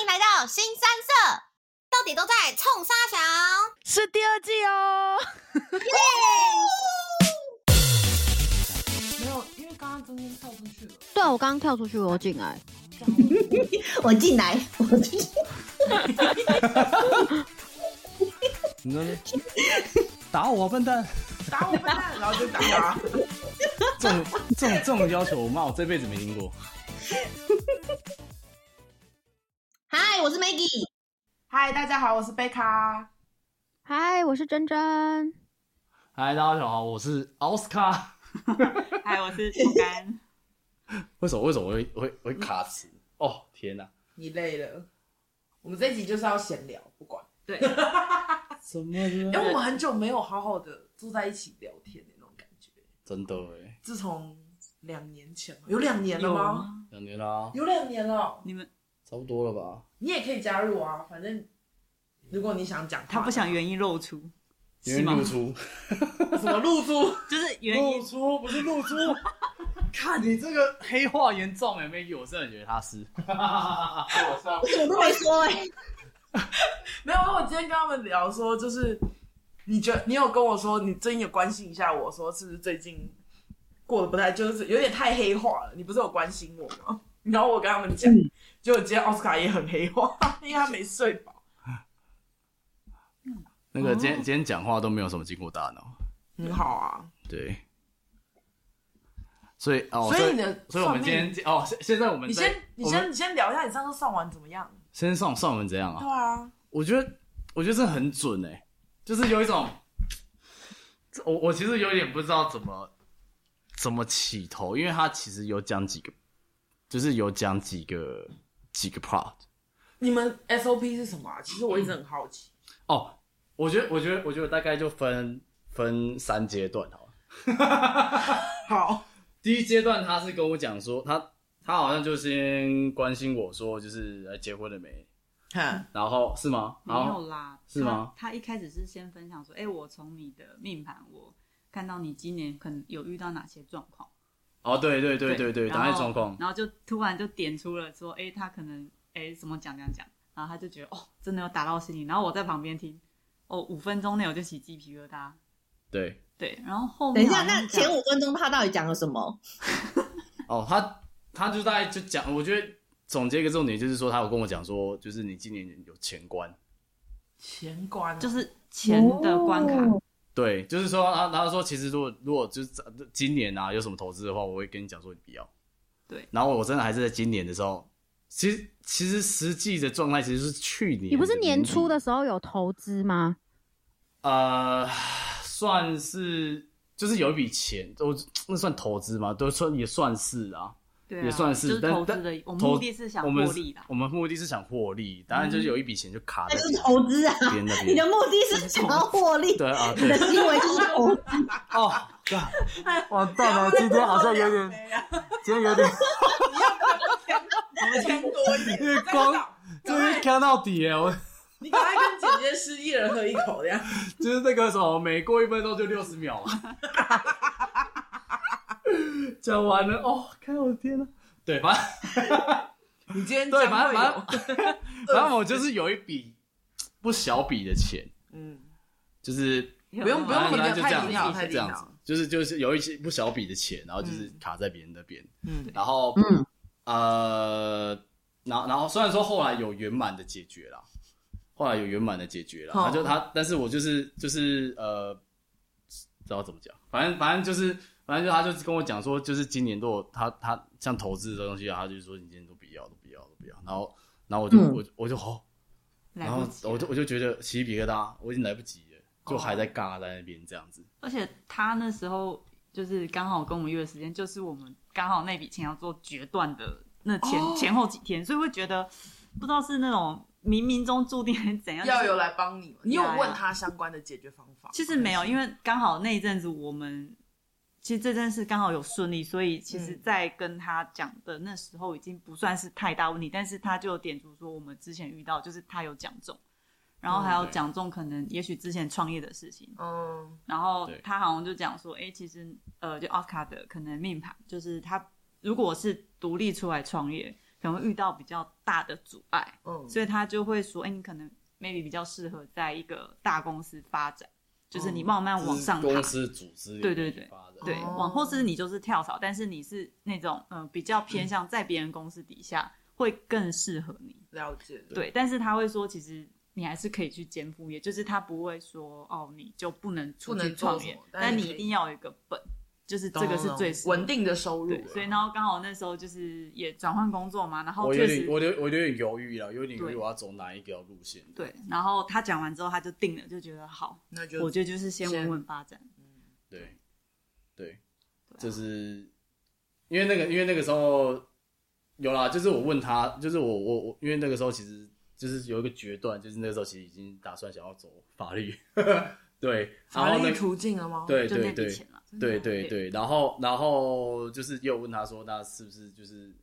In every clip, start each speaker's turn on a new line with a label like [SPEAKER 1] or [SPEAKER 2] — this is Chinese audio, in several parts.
[SPEAKER 1] 迎来到新三色，到底都在冲沙小。
[SPEAKER 2] 是第二季哦。
[SPEAKER 3] 没有，因为刚刚中间跳出去了。
[SPEAKER 2] 对啊，我刚刚跳出去，我又进来。
[SPEAKER 1] 我进来，我进来
[SPEAKER 4] 你说打我笨蛋，
[SPEAKER 3] 打我笨蛋，然后就打他。
[SPEAKER 4] 这种这种这种要求，我妈我这辈子没听过。
[SPEAKER 1] 嗨，我是 Maggie。
[SPEAKER 3] 嗨，大家好，我是贝卡。
[SPEAKER 2] 嗨，我是珍珍。
[SPEAKER 4] 嗨，大家好，我是奥斯卡。
[SPEAKER 5] 嗨，哎我是饼 干。
[SPEAKER 4] 为什么为什么我会我会我会卡词？哦天哪、
[SPEAKER 3] 你累了，我们这一集就是要闲聊，不管，
[SPEAKER 5] 对，
[SPEAKER 4] 什么
[SPEAKER 3] 因为我们很久没有好好的坐在一起聊天的那种感觉。
[SPEAKER 4] 真的哎，
[SPEAKER 3] 自从两年前嘛，有两年了
[SPEAKER 5] 有
[SPEAKER 3] 吗？
[SPEAKER 5] 吗
[SPEAKER 4] 两年啦、
[SPEAKER 3] 有两年了，
[SPEAKER 5] 你们
[SPEAKER 4] 差不多了吧？
[SPEAKER 3] 你也可以加入啊，反正如果你想讲话，
[SPEAKER 5] 他不想原因露出，
[SPEAKER 4] 因为
[SPEAKER 5] 是吗
[SPEAKER 4] 露 出，
[SPEAKER 3] 什么露 珠，
[SPEAKER 5] 就是原
[SPEAKER 4] 露
[SPEAKER 5] 因
[SPEAKER 4] 出不是露出。 看你这个黑化严重哎，Maggie，我真的觉得他是。
[SPEAKER 1] 我都没说哎、
[SPEAKER 3] 没有，因为我今天跟他们聊说，就是你觉得你有跟我说，你最近有关心一下我说，是不是最近过得不太，就是有点太黑化了？你不是有关心我吗？ 然后我跟他们讲，结果今天奥斯卡也很黑化，因为他没睡饱。
[SPEAKER 4] 那个今天今天讲话都没有什么经过大脑，
[SPEAKER 3] 很好啊，
[SPEAKER 4] 对。所以哦，
[SPEAKER 3] 所以你的
[SPEAKER 4] 所以我
[SPEAKER 3] 算
[SPEAKER 4] 们今天
[SPEAKER 3] 命
[SPEAKER 4] 哦，现现在我们
[SPEAKER 3] 你
[SPEAKER 4] 在
[SPEAKER 3] 先你
[SPEAKER 4] 我们
[SPEAKER 3] 先你先聊一下你上次算完怎么样？
[SPEAKER 4] 先算算我们怎样
[SPEAKER 3] 对
[SPEAKER 4] 啊？
[SPEAKER 3] 啊，
[SPEAKER 4] 我觉得我觉得这很准哎、就是有一种，这我我其实有点不知道怎么怎么起头，因为他其实有讲几个，就是有讲几个几个 part
[SPEAKER 3] 你们 SOP 是什么、啊？其实我一直很好奇。
[SPEAKER 4] 哦。我觉得我觉得我觉得大概就分分三阶段好了。
[SPEAKER 3] 好，
[SPEAKER 4] 第一阶段他是跟我讲说，他他好像就先关心我说，就是呃结婚了没，
[SPEAKER 3] 看
[SPEAKER 4] 然后是吗？
[SPEAKER 5] 没
[SPEAKER 4] 然后
[SPEAKER 5] 有啦，
[SPEAKER 4] 是吗
[SPEAKER 5] 他？他一开始是先分享说，哎，我从你的命盘我看到你今年可能有遇到哪些状况，
[SPEAKER 4] 哦，对对对对对，
[SPEAKER 5] 然
[SPEAKER 4] 打
[SPEAKER 5] 后
[SPEAKER 4] 开状况，
[SPEAKER 5] 然后就突然就点出了说，哎，他可能哎怎么讲讲讲，然后他就觉得哦，真的有打到心里，然后我在旁边听，哦，五分钟内我就起鸡皮疙瘩，
[SPEAKER 4] 对。
[SPEAKER 5] 对，然后后
[SPEAKER 1] 等一
[SPEAKER 5] 面
[SPEAKER 1] 下，
[SPEAKER 5] 好像
[SPEAKER 1] 那
[SPEAKER 5] 是讲
[SPEAKER 1] 前五分钟他到底讲了什么？
[SPEAKER 4] 哦，他他就大概就讲，我觉得总结一个重点就是说，他有跟我讲说，就是你今年有钱关，
[SPEAKER 3] 前关
[SPEAKER 5] 就是钱的关卡，
[SPEAKER 1] 哦
[SPEAKER 4] 对，就是说他他说其实如果如果就是今年啊有什么投资的话，我会跟你讲说你不要，
[SPEAKER 5] 对，
[SPEAKER 4] 然后我真的还是在今年的时候，其实其实实际的状态其实是去年，
[SPEAKER 2] 你不是年初的，时候有投资吗？
[SPEAKER 4] 呃，算是就是有一笔钱，都那算投资吗？都算也算是啊，
[SPEAKER 5] 对啊，
[SPEAKER 4] 也算是，
[SPEAKER 5] 就是
[SPEAKER 4] 但
[SPEAKER 5] 投资
[SPEAKER 4] 但
[SPEAKER 5] 的，我们
[SPEAKER 4] 投
[SPEAKER 5] 目的是想
[SPEAKER 4] 我们
[SPEAKER 5] 获利啦。嗯
[SPEAKER 4] 我们目的是想获利，当然就是有一笔钱就卡在
[SPEAKER 1] 那就是投资啊！
[SPEAKER 4] 边那
[SPEAKER 1] 你的
[SPEAKER 4] 边。
[SPEAKER 1] 目的是想要获利，
[SPEAKER 4] 对啊，
[SPEAKER 1] 你
[SPEAKER 4] 对
[SPEAKER 1] 的行为就是投资。
[SPEAKER 4] 哦，干完蛋了，今天好啊像有点， 今天有点
[SPEAKER 3] 钱多一点。
[SPEAKER 4] 月
[SPEAKER 3] 真
[SPEAKER 4] 光，
[SPEAKER 3] 的
[SPEAKER 4] 就是看到底耶！我
[SPEAKER 3] 你赶快跟姐姐是一人喝一口这样。
[SPEAKER 4] 就是那个什么，每过一分钟就六十秒嘛。 讲完了哦，看我的天呐，对，反 正
[SPEAKER 3] 你今天
[SPEAKER 4] 对，
[SPEAKER 3] 将
[SPEAKER 4] 反
[SPEAKER 3] 会
[SPEAKER 4] 正
[SPEAKER 3] 有
[SPEAKER 4] 反正 反 正我就是有一笔不小笔的钱，
[SPEAKER 3] 嗯。
[SPEAKER 4] 就是
[SPEAKER 5] 不
[SPEAKER 3] 不用不用
[SPEAKER 4] 反
[SPEAKER 3] 那
[SPEAKER 4] 正
[SPEAKER 3] 么
[SPEAKER 4] 啊就这样
[SPEAKER 3] 低调太啊
[SPEAKER 4] 子，
[SPEAKER 3] 低
[SPEAKER 4] 这样子
[SPEAKER 3] 调，
[SPEAKER 4] 就是就是有一些不小笔的钱，然后就是卡在别人那边，
[SPEAKER 3] 嗯，
[SPEAKER 4] 然后
[SPEAKER 1] 嗯，
[SPEAKER 4] 呃，然后然后虽然说后来有圆满的解决啦，后来有圆满的解决啦，
[SPEAKER 3] 哦
[SPEAKER 4] 他就他，但是我就是就是呃，不知道怎么讲，反正反正就是反正就他就是跟我讲说，就是今年都有他他像投资的东西啊，他就说你今年都不要都不要都不要，然后然后我就、
[SPEAKER 1] 嗯
[SPEAKER 4] 我就我就哦好，
[SPEAKER 5] 来
[SPEAKER 4] 然后
[SPEAKER 5] 不及了
[SPEAKER 4] 我就我就觉得起鸡皮疙瘩，我已经来不及了，就还
[SPEAKER 5] 哦
[SPEAKER 4] 在尬在那边这样子，
[SPEAKER 5] 而且他那时候就是刚好跟我们约的时间，就是我们刚好那笔钱要做决断的那前、
[SPEAKER 3] 哦
[SPEAKER 5] 前后几天，所以会觉得不知道是那种冥冥中注定还是怎样。
[SPEAKER 3] 要
[SPEAKER 5] 就是
[SPEAKER 3] 有来帮你吗？你有
[SPEAKER 5] 要呀
[SPEAKER 3] 问他相关的解决方法？
[SPEAKER 5] 其实没有，因为刚好那一阵子我们其实这件事刚好有顺利，所以其实，
[SPEAKER 3] 嗯
[SPEAKER 5] 在跟他讲的那时候已经不算是太大问题，但是他就有点出说我们之前遇到，就是他有讲中，然后还有
[SPEAKER 4] 对
[SPEAKER 5] 讲中可能也许之前创业的事情，
[SPEAKER 3] 嗯，
[SPEAKER 5] 然后
[SPEAKER 4] 对
[SPEAKER 5] 他好像就讲说，哎，其实呃，就奥斯卡的可能命盘，就是他如果是独立出来创业，可能会遇到比较大的阻碍，
[SPEAKER 3] 嗯，
[SPEAKER 5] 所以他就会说，哎、你可能 maybe 比较适合在一个大公司发展，就是你慢慢往上爬。
[SPEAKER 4] 公司组织
[SPEAKER 5] 对对对
[SPEAKER 4] 发的
[SPEAKER 5] 对，
[SPEAKER 3] 哦
[SPEAKER 5] 往后是你就是跳槽，但是你是那种嗯、呃比较偏向在别人公司底下会更适合你。
[SPEAKER 3] 了解，
[SPEAKER 5] 对，但是他会说，其实你还是可以去兼副业，就是他不会说哦，你就不能出
[SPEAKER 3] 不能
[SPEAKER 5] 去
[SPEAKER 3] 做
[SPEAKER 5] 创
[SPEAKER 3] 什
[SPEAKER 5] 业
[SPEAKER 3] 么，但
[SPEAKER 5] 但
[SPEAKER 3] 你
[SPEAKER 5] 你
[SPEAKER 3] 可以
[SPEAKER 5] 一定要有一个本，就是
[SPEAKER 3] 懂，
[SPEAKER 5] 这个是
[SPEAKER 3] 懂
[SPEAKER 5] 最
[SPEAKER 3] 懂稳定
[SPEAKER 5] 的。
[SPEAKER 3] 的收入
[SPEAKER 5] 对
[SPEAKER 3] 啊，，
[SPEAKER 5] 所以然后刚好那时候就是也转换工作嘛，然后
[SPEAKER 4] 我有
[SPEAKER 5] 确
[SPEAKER 4] 点，
[SPEAKER 5] 实
[SPEAKER 4] 我有我有点犹豫了，有点犹豫
[SPEAKER 5] 对
[SPEAKER 4] 我要走哪一条路线。
[SPEAKER 5] 对，然后他讲完之后他就定了，就觉得好，
[SPEAKER 3] 那就
[SPEAKER 5] 我觉得就是先
[SPEAKER 3] 先
[SPEAKER 5] 稳稳发展。
[SPEAKER 4] 对，对，
[SPEAKER 5] 对啊
[SPEAKER 4] 就是因为那个，因为那个时候有啦，就是我问他，就是我我我，因为那个时候其实就是有一个决断，就是那个时候其实已经打算想要走法律， 对，然
[SPEAKER 3] 法
[SPEAKER 4] 后
[SPEAKER 3] 律
[SPEAKER 4] 呢，
[SPEAKER 3] 途径了吗？
[SPEAKER 4] 对
[SPEAKER 5] 就
[SPEAKER 4] 对
[SPEAKER 5] 那笔
[SPEAKER 4] 对
[SPEAKER 5] 钱了，
[SPEAKER 4] 对对对，然后然后就是也有问他说，那是不是就是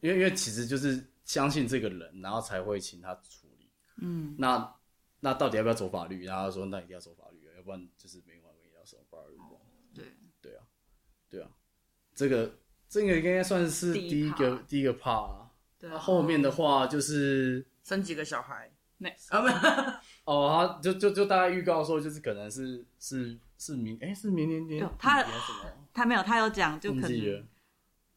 [SPEAKER 4] 因为因为其实就是相信这个人，然后才会请他处理。
[SPEAKER 5] 嗯，
[SPEAKER 4] 那那到底要不要走法律？然后他说那一定要走法律，啊要不然就是没完没了走法律。啊
[SPEAKER 5] 哦对，
[SPEAKER 4] 对啊，对啊，这个这个应该算是
[SPEAKER 5] 第一
[SPEAKER 4] 第一个
[SPEAKER 5] part
[SPEAKER 4] 第一个 part 啊。
[SPEAKER 5] 对
[SPEAKER 4] 那
[SPEAKER 5] 啊，
[SPEAKER 4] 后面的话就是
[SPEAKER 3] 生几个小孩
[SPEAKER 5] 没
[SPEAKER 3] 啊？不，
[SPEAKER 4] 哦，他就就就大概预告说，就是可能是是是明哎、是明年年
[SPEAKER 5] 有他
[SPEAKER 4] 底还是什么
[SPEAKER 5] 他没有，他有讲，就
[SPEAKER 4] 忘
[SPEAKER 5] 可
[SPEAKER 4] 记
[SPEAKER 5] 能
[SPEAKER 4] 了。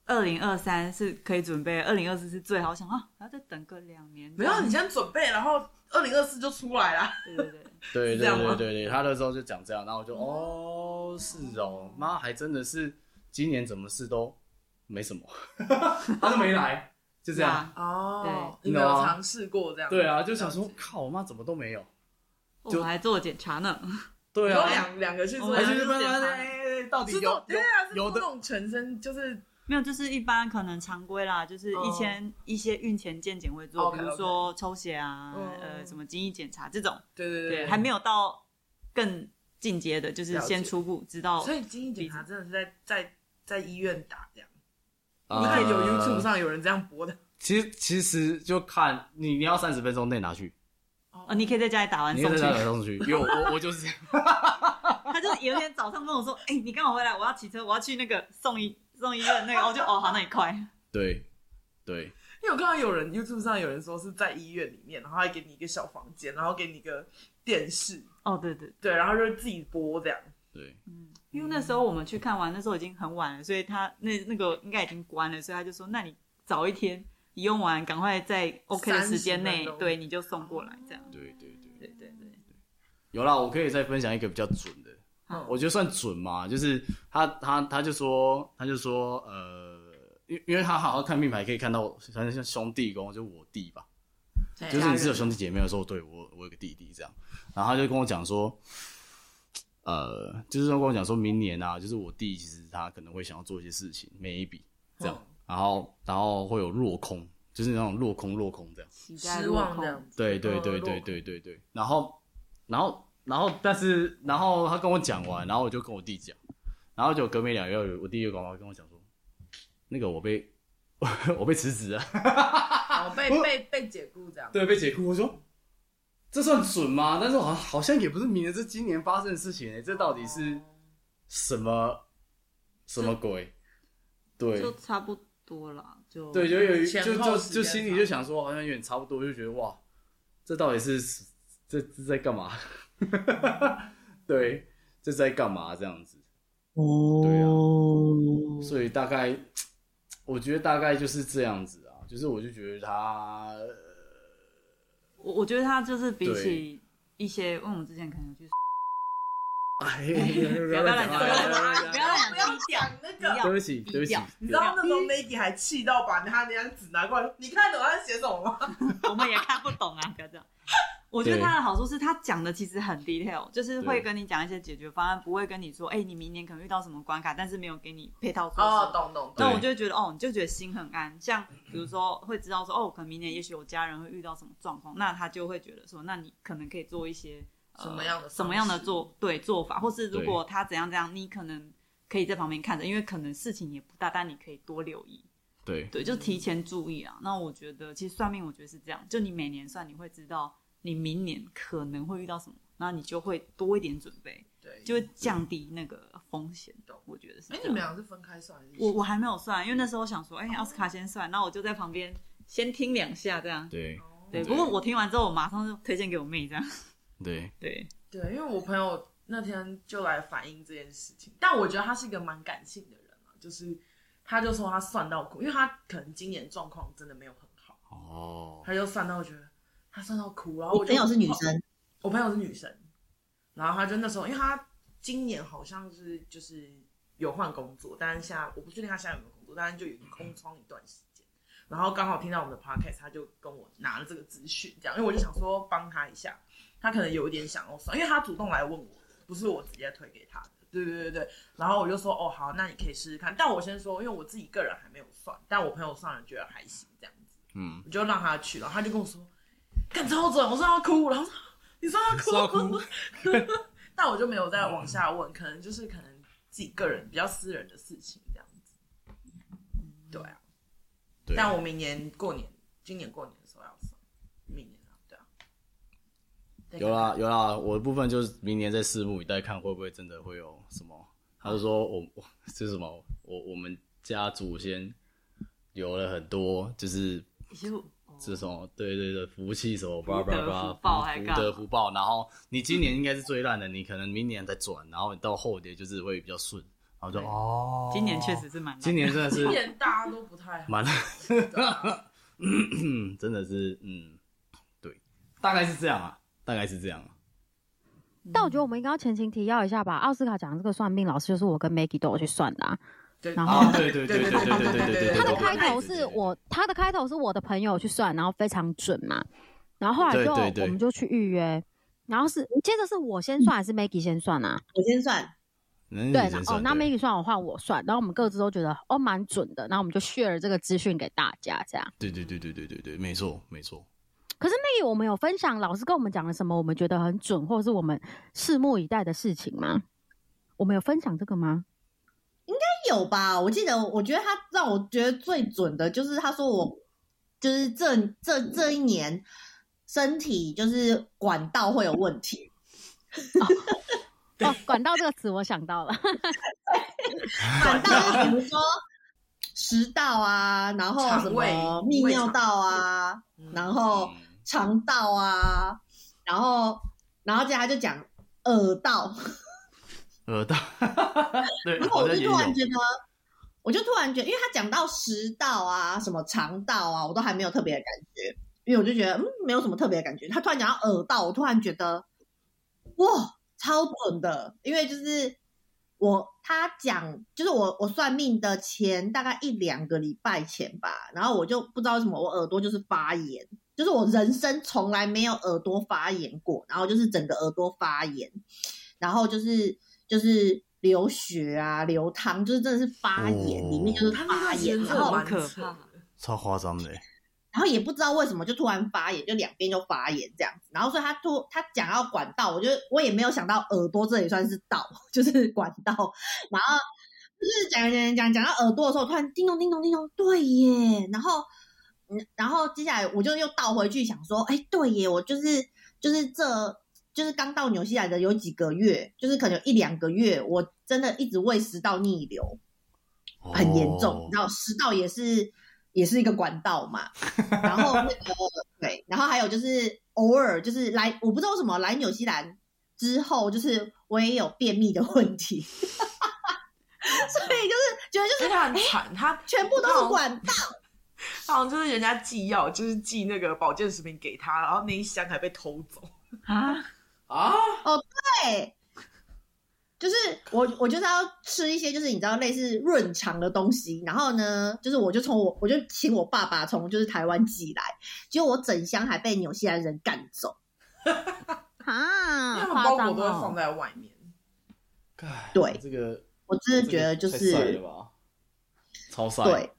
[SPEAKER 5] 二零二三是可以准备，二零二四是最好想啊，还要再等个两年。
[SPEAKER 3] 没有，你先准备，然后二零二四就出来啦。
[SPEAKER 5] 对对对，
[SPEAKER 4] 对
[SPEAKER 3] 是
[SPEAKER 4] 对
[SPEAKER 3] 这样吗
[SPEAKER 4] 对对对，他那时候就讲这样，然后我就哦是哦，妈还真的是今年怎么事都没什么，他都没来，就这样。
[SPEAKER 3] 哦，你
[SPEAKER 4] 对
[SPEAKER 3] 没有
[SPEAKER 4] 你懂吗
[SPEAKER 3] 尝试过这样？
[SPEAKER 4] 对啊，就想
[SPEAKER 3] 了
[SPEAKER 4] 说
[SPEAKER 3] 解
[SPEAKER 4] 靠，我妈怎么都没有。
[SPEAKER 5] 我
[SPEAKER 4] 就
[SPEAKER 5] 们还做了检查呢。
[SPEAKER 4] 对
[SPEAKER 3] 有
[SPEAKER 4] 啊，
[SPEAKER 3] 两两个去做，
[SPEAKER 5] 我
[SPEAKER 4] 还
[SPEAKER 5] 们
[SPEAKER 4] 是
[SPEAKER 5] 就
[SPEAKER 4] 慢慢
[SPEAKER 5] 检查
[SPEAKER 4] 哎哎哎到底
[SPEAKER 3] 是
[SPEAKER 4] 有
[SPEAKER 3] 做对啊，是
[SPEAKER 4] 有
[SPEAKER 3] 做
[SPEAKER 4] 的
[SPEAKER 3] 那种全身就是
[SPEAKER 5] 没有，就是一般可能常规啦，就是
[SPEAKER 3] 哦
[SPEAKER 5] 一些、一些孕前健检会做，比
[SPEAKER 3] OK，OK
[SPEAKER 5] 如说抽血啊，
[SPEAKER 3] 哦
[SPEAKER 5] 呃，什么精液检查这种。
[SPEAKER 3] 对对
[SPEAKER 5] 对，还没有到更进阶的，就是
[SPEAKER 3] 了解
[SPEAKER 5] 先初步知道
[SPEAKER 3] 所。以精英检查真的是在在在医院打这样，
[SPEAKER 4] 啊
[SPEAKER 3] 你看有 YouTube 上有人这样播的，
[SPEAKER 4] 其实其实就看你，你要三十分钟内拿去，
[SPEAKER 5] 哦，你可以在家里打完
[SPEAKER 4] 你
[SPEAKER 5] 送
[SPEAKER 4] 在
[SPEAKER 5] 去。
[SPEAKER 4] 那里送去，因为我我我就是这样，
[SPEAKER 5] 他就有一天早上跟我说：“哎、你刚好回来，我要骑车，我要去那个送医 送医院那个。”我就哦，好，那你快。
[SPEAKER 4] 对对，
[SPEAKER 3] 因为我看到有人 YouTube 上有人说是在医院里面，然后还给你一个小房间，然后给你一个电视，
[SPEAKER 5] 哦，对对，
[SPEAKER 3] 对，然后就是自己播这样，
[SPEAKER 4] 对，
[SPEAKER 5] 因为那时候我们去看完，那时候已经很晚了，所以他那那个应该已经关了，所以他就说：“那你早一天，你用完赶快在 OK 的时间
[SPEAKER 3] 30
[SPEAKER 5] 内
[SPEAKER 3] 分钟，
[SPEAKER 5] 对，你就送过来。”这样，
[SPEAKER 4] 对对对，
[SPEAKER 5] 对对对，
[SPEAKER 4] 有啦，我可以再分享一个比较准的，
[SPEAKER 3] 嗯
[SPEAKER 4] 我觉得算准嘛，就是他他他就说他就说呃，因因为他好好看命盘可以看到，反正像兄弟宫就我弟吧，就是你是有兄弟姐妹的时候，对我我有个弟弟这样，然后他就跟我讲说，呃，就是说跟我讲说明年啊，就是我弟其实他可能会想要做一些事情，maybe 这样，然后然后会有落空，就是那种落空落空这样，
[SPEAKER 5] 期待
[SPEAKER 3] 失
[SPEAKER 5] 落
[SPEAKER 3] 望
[SPEAKER 5] 空
[SPEAKER 3] 这样，
[SPEAKER 4] 对对
[SPEAKER 3] 嗯落
[SPEAKER 4] 对对
[SPEAKER 3] 空
[SPEAKER 4] 对对对，然后然后然后但是然后他跟我讲完，然后我就跟我弟讲，然后就隔没两个月，我弟又赶快跟我讲说，那个我被 我被辞职了。
[SPEAKER 3] 然后被被被解雇这样，
[SPEAKER 4] 对，被解雇。我说这算准吗？但是好像好像也不是明年，这今年发生的事情、欸，这到底是什么什么鬼？对
[SPEAKER 5] 就差不多啦，就
[SPEAKER 4] 对，就有一
[SPEAKER 3] 前
[SPEAKER 4] 就
[SPEAKER 3] 后
[SPEAKER 4] 就
[SPEAKER 3] 时
[SPEAKER 4] 就
[SPEAKER 3] 间
[SPEAKER 4] 心里
[SPEAKER 3] 上
[SPEAKER 4] 就想说，好像有点差不多，就觉得哇，这到底是这这在干嘛？ 对，这在干嘛这样子？对啊。所以大概，我觉得大概就是这样子啊，就是我就觉得他
[SPEAKER 5] 我我觉得他就是比起一些，因为我们之前可能有去
[SPEAKER 4] 哎，不要乱
[SPEAKER 5] 不要
[SPEAKER 4] 乱
[SPEAKER 5] 乱讲不要乱讲
[SPEAKER 3] 不要讲那
[SPEAKER 5] 低调
[SPEAKER 3] 个。
[SPEAKER 4] 对不起，对不起
[SPEAKER 5] 低调，
[SPEAKER 3] 你知道那时候 Maggie 还气到把他那张纸拿过来说，你看懂他在写什么吗？
[SPEAKER 5] 我们也看不懂啊，不要这样。我觉得他的好处是他讲的其实很 detail，就是会跟你讲一些解决方案，不会跟你说，哎、你明年可能遇到什么关卡，但是没有给你配套措施。
[SPEAKER 3] 哦，懂懂懂
[SPEAKER 5] 那我就会觉得，哦，你就觉得心很安。像比如说，会知道说，哦，可能明年也许我家人会遇到什么状况，那他就会觉得说，那你可能可以做一些、呃、
[SPEAKER 3] 什么样的方式
[SPEAKER 5] 什么样的做对做法，或是如
[SPEAKER 4] 对
[SPEAKER 5] 果他怎样怎样，你可能可以在旁边看着，因为可能事情也不大，但你可以多留意。
[SPEAKER 4] 对
[SPEAKER 5] 对，就提前注意啊。那我觉得，其实算命，我觉得是这样，就你每年算，你会知道你明年可能会遇到什么，那你就会多一点准备。
[SPEAKER 3] 对，
[SPEAKER 5] 就会降低那个风险的，我觉得是
[SPEAKER 3] 嗯
[SPEAKER 5] 这
[SPEAKER 3] 哎、
[SPEAKER 5] 样。
[SPEAKER 3] 你们俩是分开算还是一起？
[SPEAKER 5] 我我还没有算，因为那时候想说，哎、奥斯卡先算，那我就在旁边先听两下这样。
[SPEAKER 4] 对
[SPEAKER 5] 对，
[SPEAKER 4] 对
[SPEAKER 5] 不过我听完之后，我马上就推荐给我妹这样。
[SPEAKER 4] 对，
[SPEAKER 5] 对，
[SPEAKER 3] 对，因为我朋友那天就来反映这件事情，但我觉得他是一个蛮感性的人啊，就是他就说他算到哭，因为他可能今年状况真的没有很好，
[SPEAKER 4] 哦，
[SPEAKER 3] 他就算到觉得他算到哭，然后
[SPEAKER 1] 我
[SPEAKER 3] 我就
[SPEAKER 1] 朋
[SPEAKER 3] 哦
[SPEAKER 1] 友是女，生，
[SPEAKER 3] 我朋友是女生，然后他就那时候，因为他今年好像是就是有换工作，但是现在我不确定他现在有没有工作，但是就有空窗一段时间。然后刚好听到我们的 podcast，他就跟我拿了这个资讯，这样，因为我就想说帮他一下，他可能有一点想要算，因为他主动来问我，不是我直接推给他的，对对对对。然后我就说哦好，那你可以试试看，但我先说，因为我自己个人还没有算，但我朋友算了觉得还行这样子，
[SPEAKER 4] 嗯，
[SPEAKER 3] 我就让他去，然后他就跟我说，干超准，我说他哭，然后我说你说他哭，
[SPEAKER 4] 说他哭
[SPEAKER 3] 但我就没有再往下问，可能就是可能自己个人比较私人的事情这样子，对啊，
[SPEAKER 4] 对，
[SPEAKER 3] 但我明年过年，今年过年的时候要算，明年啊，对啊，再
[SPEAKER 4] 有
[SPEAKER 3] 看
[SPEAKER 4] 啦有啦，我的部分就是明年再拭目以待，看会不会真的会有什么。他就
[SPEAKER 5] 啊
[SPEAKER 4] 说我我这是什么？我我们家祖先留了很多，就是哦
[SPEAKER 5] 就
[SPEAKER 4] 这种对对对福气什么叭
[SPEAKER 5] 哦福德
[SPEAKER 4] 叭叭
[SPEAKER 5] 福报还
[SPEAKER 4] 福
[SPEAKER 5] 干
[SPEAKER 4] 德
[SPEAKER 5] 嘛
[SPEAKER 4] 福报，然后你今 年应该是最烂的，你可能明年再转，然后你到后年就是会比较顺，然后就
[SPEAKER 5] 对
[SPEAKER 4] 哦，
[SPEAKER 5] 今年确实是蛮难的
[SPEAKER 4] 今年真的
[SPEAKER 3] 今
[SPEAKER 4] 是
[SPEAKER 3] 年大家都不太好，
[SPEAKER 4] 蛮
[SPEAKER 3] 对啊
[SPEAKER 4] 嗯，真的是嗯，对，大概是这样啊，大概是这样啊，嗯
[SPEAKER 2] 但我觉得我们应该要前情提要一下吧。奥斯卡讲的这个算命老师就是我跟 Maggie 都有去算的、啊。
[SPEAKER 3] 对
[SPEAKER 2] 然后
[SPEAKER 4] 啊，对对对对对对对对对，
[SPEAKER 2] 他的
[SPEAKER 4] 对
[SPEAKER 2] 开头
[SPEAKER 4] 对
[SPEAKER 2] 是
[SPEAKER 4] 对对
[SPEAKER 2] 我，他的开头是我的朋友去算，然后非常准嘛。然后后来就
[SPEAKER 4] 对对对
[SPEAKER 2] 我们就去预约，然后是接着是我先算还是 Maggie 先算啊？
[SPEAKER 1] 我先算，
[SPEAKER 4] 嗯
[SPEAKER 2] 对，然
[SPEAKER 4] 你先
[SPEAKER 2] 后哦，
[SPEAKER 4] 算
[SPEAKER 2] 那
[SPEAKER 4] 对
[SPEAKER 2] Maggie 算我换我算，然后我们各自都觉得哦蛮准的，然后我们就 share 这个资讯给大家这样。
[SPEAKER 4] 对对对对对对对，没错没错，
[SPEAKER 2] 可是 Maggie 我们有分享老师跟我们讲了什么我们觉得很准，或者是我们拭目以待的事情吗？我们有分享这个吗？
[SPEAKER 1] 有吧？我记得，我觉得他让我觉得最准的就是他说我就是这这这一年身体就是管道会有问题，
[SPEAKER 2] 哦，管道这个词我想到了，
[SPEAKER 1] 管道就是比如说食道啊，然后什
[SPEAKER 3] 肠胃
[SPEAKER 1] 么泌尿道啊，
[SPEAKER 3] 嗯
[SPEAKER 1] 然后
[SPEAKER 4] 嗯
[SPEAKER 1] 肠道啊，然后然后接下来就讲耳道，
[SPEAKER 4] 耳道，嗯呃对，
[SPEAKER 1] 然后
[SPEAKER 4] 哎好
[SPEAKER 1] 我就
[SPEAKER 4] 像也有
[SPEAKER 1] 突然觉得，我就突然觉得，因为他讲到食道啊、什么肠道啊，我都还没有特别的感觉，因为我就觉得嗯，没有什么特别的感觉。他突然讲到耳道，我突然觉得哇，超准的，因为就是我他讲，就是我我算命的前大概一两个礼拜前吧，然后我就不知道为什么我耳朵就是发炎。就是我人生从来没有耳朵发炎过，然后就是整个耳朵发炎，然后就是就是流血啊、流汤，就是真的是发炎，
[SPEAKER 4] 哦
[SPEAKER 1] 里面就是
[SPEAKER 3] 他那
[SPEAKER 1] 发
[SPEAKER 3] 段时
[SPEAKER 1] 炎，
[SPEAKER 3] 间
[SPEAKER 1] 然
[SPEAKER 3] 真的
[SPEAKER 1] 后
[SPEAKER 3] 蛮
[SPEAKER 5] 可
[SPEAKER 3] 扯
[SPEAKER 5] 怕
[SPEAKER 3] 的，
[SPEAKER 4] 超夸张的欸，
[SPEAKER 1] 然后也不知道为什么就突然发炎，就两边就发炎这样子。然后所以他突他讲到管道，我就我也没有想到耳朵这也算是道， 就是管道。然后就是讲讲讲讲到耳朵的时候，突然叮咚叮咚叮咚，对耶。然后嗯，然后接下来我就又倒回去想说，哎，对耶，我就是就是这。就是刚到纽西兰的有几个月，就是可能有一两个月，我真的一直胃食道逆流， 很严重，
[SPEAKER 4] 哦
[SPEAKER 1] 然后食道也是也是一个管道嘛，然后那个对，然后还有就是偶尔就是来，我不知道为什么来纽西兰之后，就是我也有便秘的问题， 所以就是觉得就是
[SPEAKER 3] 因为他很惨，他
[SPEAKER 1] 全部都是管道，
[SPEAKER 3] 他好像就是人家寄药，就是寄那个保健食品给他，然后那一箱还被偷走
[SPEAKER 5] 啊，
[SPEAKER 3] 啊，
[SPEAKER 1] 对。就是我，我就是要吃一些就是你知道类似润肠的东西，然后呢，就是我就从我我就请我爸爸从就是台湾寄来，结果我整箱还被纽西兰人赶走。
[SPEAKER 3] 因为
[SPEAKER 2] 啊，
[SPEAKER 3] 他们
[SPEAKER 2] 夸
[SPEAKER 3] 包裹
[SPEAKER 2] 张
[SPEAKER 3] 都会放
[SPEAKER 2] 哦！
[SPEAKER 3] 在外面。
[SPEAKER 4] 干
[SPEAKER 1] 对
[SPEAKER 4] 这个
[SPEAKER 1] 我真的觉得就
[SPEAKER 4] 这个太晒
[SPEAKER 1] 是
[SPEAKER 4] 了吧超晒，
[SPEAKER 1] 对，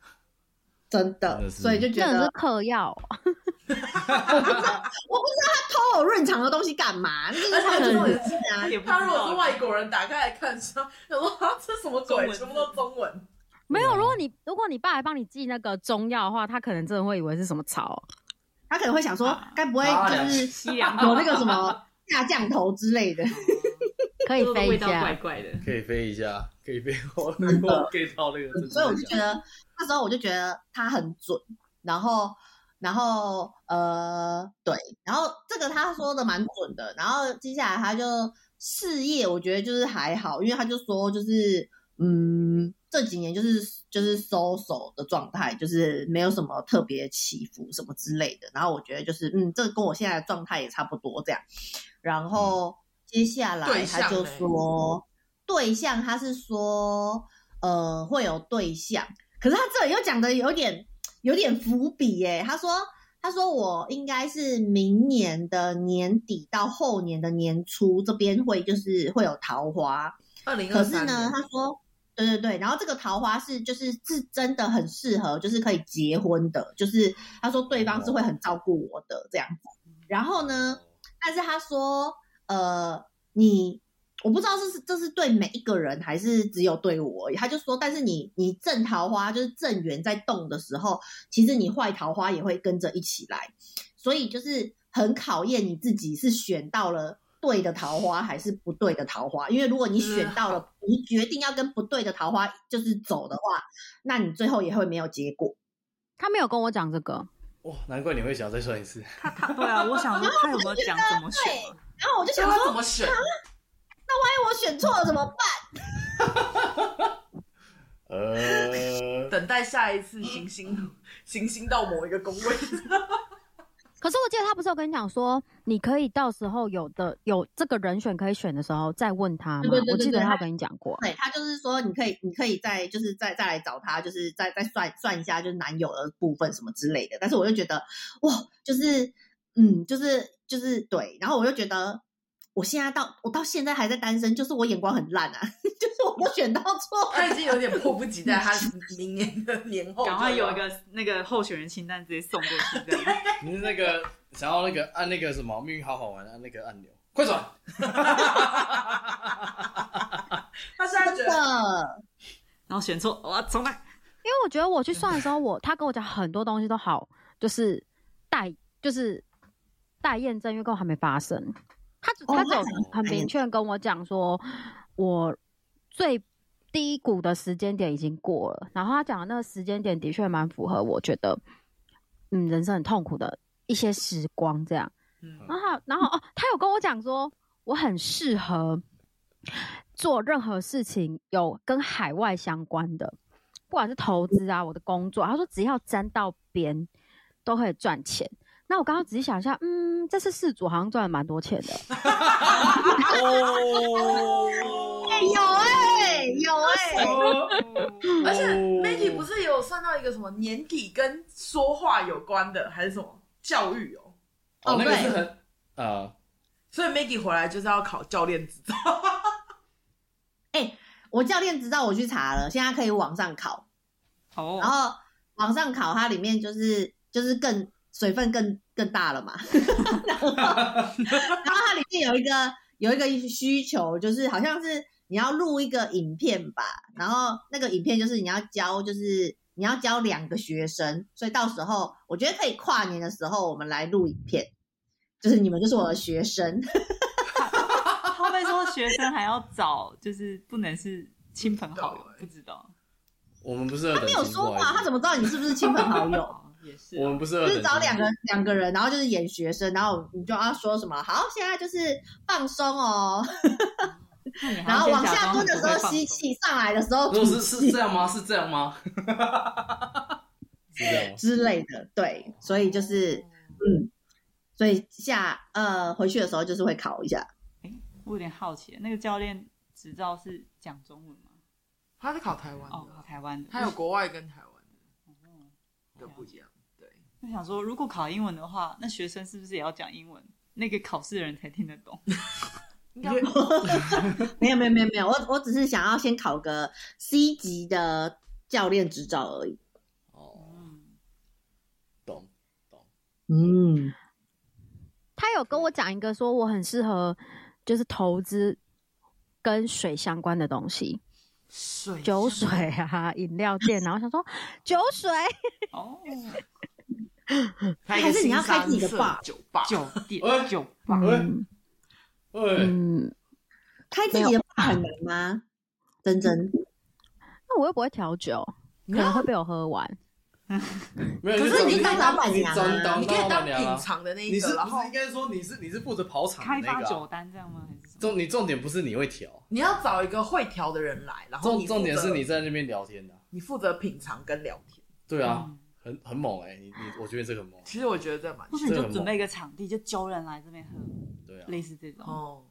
[SPEAKER 1] 真
[SPEAKER 4] 真
[SPEAKER 1] 的，
[SPEAKER 4] 的是
[SPEAKER 1] 所以就觉
[SPEAKER 2] 真的
[SPEAKER 1] 得
[SPEAKER 2] 是嗑药，
[SPEAKER 1] 我不知道他偷我哦润肠的东西干嘛，就是他
[SPEAKER 3] 而且
[SPEAKER 1] 们
[SPEAKER 3] 重
[SPEAKER 1] 就是
[SPEAKER 3] 点是
[SPEAKER 1] 啊
[SPEAKER 5] 他，也不知
[SPEAKER 3] 他如果是
[SPEAKER 5] 道。
[SPEAKER 3] 外国人，打开来看，说想说啊，这什么
[SPEAKER 5] 中
[SPEAKER 3] 鬼，
[SPEAKER 5] 文
[SPEAKER 3] 全部都中文。
[SPEAKER 2] 没
[SPEAKER 4] 对
[SPEAKER 2] 有。
[SPEAKER 4] 啊
[SPEAKER 2] 如果你如果你爸还帮你寄那个中药的话，他可能真的会以为是什么草。
[SPEAKER 1] 他可能会想说
[SPEAKER 5] 啊，
[SPEAKER 1] 该不会
[SPEAKER 4] 啊
[SPEAKER 1] 就是
[SPEAKER 5] 西凉
[SPEAKER 1] 有那个什么下降头之类的？
[SPEAKER 2] 可可 以
[SPEAKER 5] 就是
[SPEAKER 2] 飞一
[SPEAKER 5] 味道
[SPEAKER 2] 下
[SPEAKER 5] 怪怪的。
[SPEAKER 4] 可以飞一下，可以飞，我我
[SPEAKER 1] 真的
[SPEAKER 4] get 到那个真的
[SPEAKER 1] 所以我就觉
[SPEAKER 4] 假
[SPEAKER 1] 得那时候我就觉得他很准，然后然后呃对，然后这个他说的蛮准的，然后接下来他就事业，我觉得就是还好，因为他就说就是嗯这几年就是就是收手的状态，就是没有什么特别起伏什么之类的，然后我觉得就是嗯这跟我现在的状态也差不多这样，然后接下来
[SPEAKER 3] 对
[SPEAKER 1] 他
[SPEAKER 3] 象欸
[SPEAKER 1] 就
[SPEAKER 3] 嘞
[SPEAKER 1] 说对象他是说。呃会有对象，可是他这里又讲的有点有点伏笔耶、他说他说我应该是明年的年底到后年的年初这边会就是会有桃花，
[SPEAKER 3] 二零
[SPEAKER 1] 可
[SPEAKER 3] 二
[SPEAKER 1] 是
[SPEAKER 3] 三
[SPEAKER 1] 呢
[SPEAKER 3] 年，
[SPEAKER 1] 他说。对对对，然后这个桃花是就是是真的很适合，就是可以结婚的，就是他说对
[SPEAKER 3] 哦
[SPEAKER 1] 方是会很照顾我的这样子。然后呢，但是他说，呃，你我不知道这是这是对每一个人还是只有对我而已，他就说，但是你你正桃花就是正缘在动的时候，其实你坏桃花也会跟着一起来，所以就是很考验你自己是选到了。对的桃花还是不对的桃花？因为如果你选到了，你决定要跟不对的桃花就是走的话，那你最后也会没有结果。
[SPEAKER 2] 他没有跟我讲这个，
[SPEAKER 4] 哇，难怪你会想要再算一次。
[SPEAKER 5] 他他对啊，我想说他有没有讲怎么选啊？
[SPEAKER 1] 然后我就
[SPEAKER 3] 所以
[SPEAKER 1] 想
[SPEAKER 3] 他
[SPEAKER 1] 说，
[SPEAKER 3] 怎么选？
[SPEAKER 1] 哎，我选错了怎么办？
[SPEAKER 4] 呃，
[SPEAKER 3] 等待下一次行星行星到某一个宫 位，
[SPEAKER 2] 可是我记得他不是有跟你讲说，你可以到时候有的有这个人选可以选的时候再问他吗？
[SPEAKER 1] 对对对
[SPEAKER 2] 我记
[SPEAKER 1] 对
[SPEAKER 2] 得他
[SPEAKER 1] 他
[SPEAKER 2] 有跟你讲过，
[SPEAKER 1] 对他就是说，你可以，你可以再就是再再来找他，就是再再算算一下，就是男友的部分什么之类的。但是我就觉得，哇，就是嗯，就是就是对，然后我就觉得，我现在到我到现在还在单身，就是我眼光很烂啊， 就是我都选到错了。
[SPEAKER 3] 他已经有点迫不及待，他明年的年后
[SPEAKER 5] 啊赶快
[SPEAKER 3] 就要
[SPEAKER 5] 有一个那个候选人清单直接送过去，这样
[SPEAKER 4] 你是那个想要那个按那个什么命运好好玩按那个按钮，快转。
[SPEAKER 3] 他现在觉
[SPEAKER 1] 真
[SPEAKER 3] 得
[SPEAKER 1] 的，
[SPEAKER 5] 然后选错，哇，重来。
[SPEAKER 2] 因为我觉得我去算的时候，我他跟我讲很多东西都好，就是待就是待验证，因为根本还没发生。他只
[SPEAKER 1] 哦
[SPEAKER 2] 他只
[SPEAKER 1] 他
[SPEAKER 2] 有
[SPEAKER 1] 讲
[SPEAKER 2] 很明确地跟我讲说，我最低谷的时间点已经过了，然后他讲的那个时间点的确蛮符合，我觉得嗯人生很痛苦的一些时光这样。
[SPEAKER 5] 嗯
[SPEAKER 2] 然后，然后哦，他有跟我讲说，我很适合做任何事情有跟海外相关的，不管是投资啊，我的工作，他说只要沾到边都会赚钱。那我刚刚仔细想一下，嗯，这次事主好像赚了蛮多钱的，
[SPEAKER 4] 哦，
[SPEAKER 1] 哎、有哎、有 哎、
[SPEAKER 3] 而且 Maggie 不是也有算到一个什么年底跟说话有关的，还是什么教育哦？
[SPEAKER 4] 哦，那个是
[SPEAKER 1] 对
[SPEAKER 4] 很啊，
[SPEAKER 3] 所以 Maggie 回来就是要考教练执照，
[SPEAKER 1] 我教练执照我去查了，现在可以网上考，然
[SPEAKER 5] 哦，
[SPEAKER 1] 后网上考它里面就是就是更水分更更大了嘛， 然后然后它里面有一个有一个需求，就是好像是你要录一个影片吧，然后那个影片就是你要教，就是你要教两个学生，所以到时候我觉得可以跨年的时候我们来录影片，就是你们就是我的学生，
[SPEAKER 5] 后面说学生还要找，就是不能是亲朋好友，不知道。
[SPEAKER 4] 我们不是
[SPEAKER 1] 他没有说话，他怎
[SPEAKER 4] 么？
[SPEAKER 1] 么知道你是不是亲朋好友？
[SPEAKER 5] 哦，也是
[SPEAKER 4] 我
[SPEAKER 5] 啊。
[SPEAKER 4] 们不是
[SPEAKER 1] 就
[SPEAKER 4] 二
[SPEAKER 1] 是
[SPEAKER 4] 等
[SPEAKER 1] 找
[SPEAKER 4] 亲
[SPEAKER 1] 两个两个人，然后就是演学生，然后你就要说什么好，现在就是放松哦，
[SPEAKER 5] 那你还
[SPEAKER 1] 然
[SPEAKER 5] 要
[SPEAKER 1] 后
[SPEAKER 5] 先
[SPEAKER 1] 往
[SPEAKER 5] 假
[SPEAKER 1] 下蹲
[SPEAKER 5] 装
[SPEAKER 1] 的
[SPEAKER 5] 很
[SPEAKER 1] 时
[SPEAKER 5] 不会
[SPEAKER 1] 候
[SPEAKER 5] 放
[SPEAKER 1] 吸
[SPEAKER 5] 松，
[SPEAKER 1] 气，上来的时候
[SPEAKER 4] 如果
[SPEAKER 1] 吐
[SPEAKER 4] 是是
[SPEAKER 1] 气
[SPEAKER 4] 这样吗？是这样吗？ 是这样吗？
[SPEAKER 1] 之类的，对，所以就是嗯，所以下呃回去的时候就是会考一下，
[SPEAKER 5] 我有点好奇，那个教练执照是讲中文吗？
[SPEAKER 3] 他是考台湾
[SPEAKER 5] 哦，
[SPEAKER 3] 的，
[SPEAKER 5] 台湾的。
[SPEAKER 3] 嗯他有国外跟台湾
[SPEAKER 5] 哦
[SPEAKER 3] 的不一样。对，
[SPEAKER 5] 我想说，如果考英文的话，那学生是不是也要讲英文？那个考试的人才听得懂。
[SPEAKER 3] 应该
[SPEAKER 1] 没有没有没有没有，我我只是想要先考个 C 级的教练执照而已，
[SPEAKER 4] 哦，
[SPEAKER 5] 嗯，
[SPEAKER 4] 懂。
[SPEAKER 1] 嗯，
[SPEAKER 2] 他有跟我讲一个说我很适合就是投资跟水相关的东西，
[SPEAKER 3] 水
[SPEAKER 2] 酒水啊，饮料店，然后想说酒水。
[SPEAKER 5] 哦，
[SPEAKER 1] 还是你要开自己的
[SPEAKER 3] 吧
[SPEAKER 1] bar？
[SPEAKER 3] 酒吧？
[SPEAKER 5] 酒店
[SPEAKER 4] 哎
[SPEAKER 5] 酒吧，
[SPEAKER 1] 嗯
[SPEAKER 4] 喂喂，
[SPEAKER 2] 嗯，
[SPEAKER 1] 开自己的爸很难吗？真真，
[SPEAKER 2] 那我又不会调酒，可能会被我喝完。
[SPEAKER 4] 没有，
[SPEAKER 1] 可是
[SPEAKER 4] 就
[SPEAKER 1] 你
[SPEAKER 4] 是
[SPEAKER 1] 当老板娘啊
[SPEAKER 4] 你当当
[SPEAKER 3] 你可以
[SPEAKER 4] 老
[SPEAKER 3] 当
[SPEAKER 4] 板娘
[SPEAKER 3] 隐
[SPEAKER 4] 啊。
[SPEAKER 3] 藏的那
[SPEAKER 4] 你
[SPEAKER 3] 一
[SPEAKER 4] 是
[SPEAKER 3] 个，然
[SPEAKER 4] 不
[SPEAKER 3] 后
[SPEAKER 4] 是应该说你是你是负责跑场
[SPEAKER 5] 开
[SPEAKER 4] 的那
[SPEAKER 5] 发
[SPEAKER 4] 个
[SPEAKER 5] 酒
[SPEAKER 4] 啊？
[SPEAKER 5] 单这样吗？还是什么？
[SPEAKER 4] 重你重点不是你会调，
[SPEAKER 3] 你要找一个会调的人来，然后
[SPEAKER 4] 重
[SPEAKER 3] 你负责
[SPEAKER 4] 重点是你在那边聊天的啊。
[SPEAKER 3] 你负责品尝跟聊天。
[SPEAKER 4] 对啊
[SPEAKER 5] 嗯，
[SPEAKER 4] 很很猛哎，你你我觉得这个很猛。
[SPEAKER 3] 其实我觉得这蛮
[SPEAKER 5] 或是你就准备一个场地，就揪人来这边喝，
[SPEAKER 4] 对啊，
[SPEAKER 5] 类似这种。
[SPEAKER 3] 哦，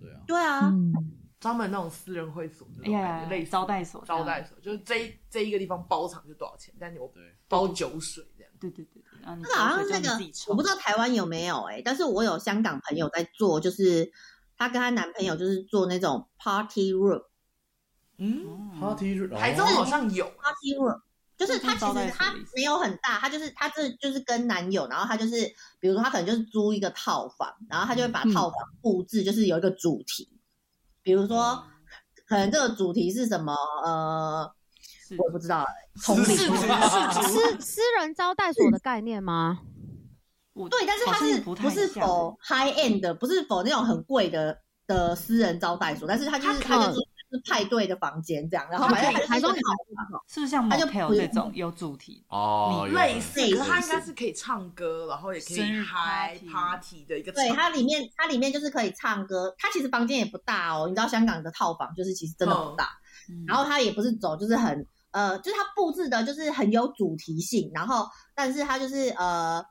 [SPEAKER 4] 对啊，
[SPEAKER 1] 对啊，
[SPEAKER 2] 嗯，
[SPEAKER 3] 专门那种私人会所那
[SPEAKER 5] 哎
[SPEAKER 3] 种感
[SPEAKER 5] 呀
[SPEAKER 3] 觉，类，似
[SPEAKER 5] 招待所，
[SPEAKER 3] 招待，所，就是这一这一个地方包场就多少钱，但你我
[SPEAKER 4] 对，
[SPEAKER 3] 包酒水这样。
[SPEAKER 5] 对对对对。然后你
[SPEAKER 1] 那个好像那
[SPEAKER 5] 酒水就
[SPEAKER 1] 个
[SPEAKER 5] 你自己冲
[SPEAKER 1] 我不知道台湾有没有哎、但是我有香港朋友在做，就是她跟她男朋友就是做那种 party room
[SPEAKER 3] 嗯，
[SPEAKER 5] 嗯
[SPEAKER 4] party 哦
[SPEAKER 3] 台中好像有，
[SPEAKER 1] party room，就是她其
[SPEAKER 5] 招待
[SPEAKER 1] 实
[SPEAKER 5] 所
[SPEAKER 1] 她
[SPEAKER 5] 的意思
[SPEAKER 1] 没有很大，她就是她这就是跟男友，然后她就是比如说她可能就是租一个套房，然后她就会把
[SPEAKER 2] 嗯
[SPEAKER 1] 套房布置就是有一个主题，比如
[SPEAKER 5] 哦
[SPEAKER 1] 说可能这个主题是什么呃
[SPEAKER 5] 是
[SPEAKER 1] 我也不知道欸，同
[SPEAKER 4] 是
[SPEAKER 1] 理
[SPEAKER 4] 是
[SPEAKER 1] 心
[SPEAKER 2] 私私人招待所的概念吗？
[SPEAKER 5] 我
[SPEAKER 1] 对，但是它
[SPEAKER 5] 好像
[SPEAKER 1] 是不
[SPEAKER 5] 不太欸
[SPEAKER 1] 是
[SPEAKER 5] 像
[SPEAKER 1] 否 high end 的，不是否那种很贵的的私人招待所，但是它就是
[SPEAKER 2] 它
[SPEAKER 1] 它
[SPEAKER 2] 可
[SPEAKER 1] 就是就是派对的房间这样，然后反正它就是
[SPEAKER 2] 台中
[SPEAKER 1] 好
[SPEAKER 5] 是不是像
[SPEAKER 1] 它就
[SPEAKER 5] motel
[SPEAKER 1] 不
[SPEAKER 5] 这
[SPEAKER 1] 是
[SPEAKER 5] 种有主题？
[SPEAKER 4] 哦，有可能
[SPEAKER 3] 类似，
[SPEAKER 1] 类似
[SPEAKER 3] 可是它应该是可以唱歌，然后也可
[SPEAKER 5] 生
[SPEAKER 3] 以
[SPEAKER 5] 日
[SPEAKER 3] 嗨
[SPEAKER 5] party
[SPEAKER 3] party 的一个场
[SPEAKER 1] 对，它里面它里面就是可以唱歌，它其实房间也不大哦，你知道香港的套房就是其实真的不大，
[SPEAKER 5] 嗯
[SPEAKER 1] 然后它也不是走就是很呃，就是它布置的就是很有主题性，然后但是它就是呃。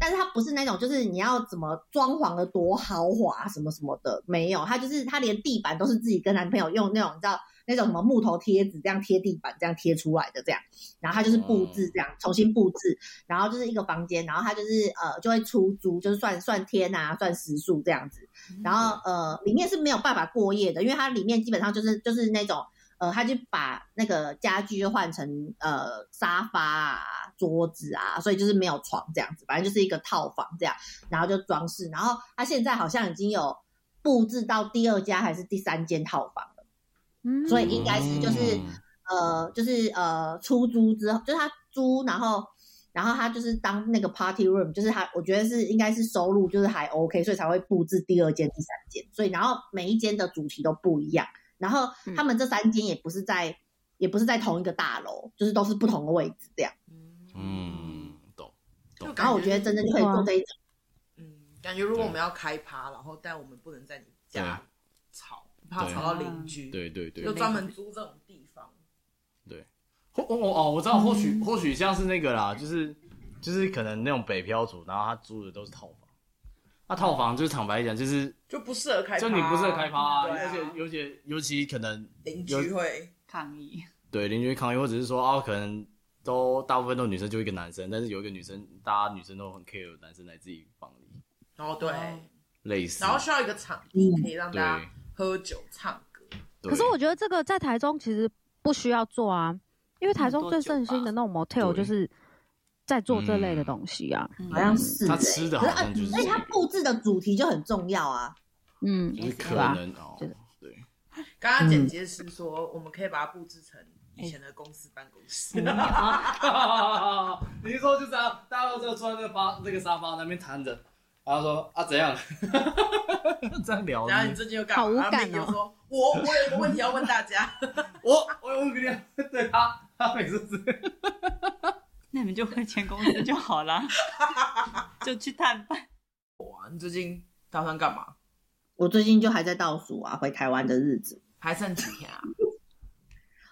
[SPEAKER 1] 但是它不是那种，就是你要怎么装潢的多豪华什么什么的，没有，它就是它连地板都是自己跟男朋友用那种你知道那种什么木头贴纸这样贴地板这样贴出来的这样，然后它就是布置这样重新布置，然后就是一个房间，然后它就是呃就会出租，就是算算天啊算时数这样子，然后呃里面是没有办法过夜的，因为它里面基本上就是就是那种呃，他就把那个家具就换成呃沙发啊、桌子啊，所以就是没有床这样子，反正就是一个套房这样，然后就装饰。然后他现在好像已经有布置到第二家还是第三间套房了，
[SPEAKER 2] 嗯，
[SPEAKER 1] 所以应该是就是
[SPEAKER 4] 嗯
[SPEAKER 1] 呃，就是呃出租之后，就是他租，然后然后他就是当那个 party room，就是他我觉得是应该是收入就是还 OK，所以才会布置第二间、第三间，所以然后每一间的主题都不一样，然后他们这三间也不是在、也不是在同一个大楼，就是都是不同的位置这样，
[SPEAKER 4] 嗯，懂。
[SPEAKER 3] 就感
[SPEAKER 1] 然后我觉得真正就可以做这一种，
[SPEAKER 3] 嗯，感觉如果我们要开趴，然后但我们不能在你家吵，怕
[SPEAKER 4] 对
[SPEAKER 3] 吵到邻居，，
[SPEAKER 4] 对对对
[SPEAKER 3] 就，专门租这种地方。
[SPEAKER 4] 或哦哦哦，我知道，或
[SPEAKER 2] 嗯
[SPEAKER 4] 许或许像是那个啦，就是就是可能那种北漂族，然后他租的都是套房。那套
[SPEAKER 2] 哦
[SPEAKER 4] 房就是坦白讲，就是
[SPEAKER 3] 就不适合开趴，
[SPEAKER 4] 就你不适合开趴、
[SPEAKER 3] 对
[SPEAKER 4] 而
[SPEAKER 3] 啊
[SPEAKER 4] 且尤其尤其可能
[SPEAKER 3] 邻居会，
[SPEAKER 5] 抗议，
[SPEAKER 4] 对邻居抗议，或者是说啊，可能都大部分都是女生，就一个男生，但是有一个女生，大家女生都很 care 男生来自己房里，
[SPEAKER 3] 然后对，
[SPEAKER 4] 类似。
[SPEAKER 3] 然后需要一个场地可以让
[SPEAKER 4] 对
[SPEAKER 3] 大家喝酒唱歌，
[SPEAKER 4] 对，
[SPEAKER 2] 可是我觉得这个在台中其实不需要做啊，因为台中最盛行的那种 motel
[SPEAKER 4] 对
[SPEAKER 2] 就是在做这类的东西啊。
[SPEAKER 5] 嗯
[SPEAKER 1] 好像是、
[SPEAKER 4] 他
[SPEAKER 1] 欸。
[SPEAKER 4] 吃的
[SPEAKER 1] 可是
[SPEAKER 4] 好像
[SPEAKER 1] 啊
[SPEAKER 4] 就是
[SPEAKER 1] 所以
[SPEAKER 4] 这
[SPEAKER 1] 他
[SPEAKER 4] 个，
[SPEAKER 1] 布置的主题就很重要啊。
[SPEAKER 2] 嗯，
[SPEAKER 4] 就是可
[SPEAKER 2] 对吧
[SPEAKER 4] 能哦
[SPEAKER 2] 对，
[SPEAKER 4] 对，
[SPEAKER 3] 刚刚剪接是说，我们可以把它布置成以前的公司办公室，
[SPEAKER 4] 你是说就这样，大家都在坐在那个发那个沙发那边谈着，然后说啊 怎样，这样聊
[SPEAKER 3] 然后你最近又干
[SPEAKER 2] 好
[SPEAKER 3] 嘛？
[SPEAKER 2] 无
[SPEAKER 3] 然后
[SPEAKER 2] 感哦
[SPEAKER 3] 你就说，我我有一个问题要问大 家，
[SPEAKER 4] 我我我给你，对他他每次 是
[SPEAKER 5] 那你们就回前公司就好 啦，就去探班。
[SPEAKER 3] 哇，啊你最近打算干嘛？
[SPEAKER 1] 我最近就还在倒数啊，回台湾的日子
[SPEAKER 3] 还剩几天啊？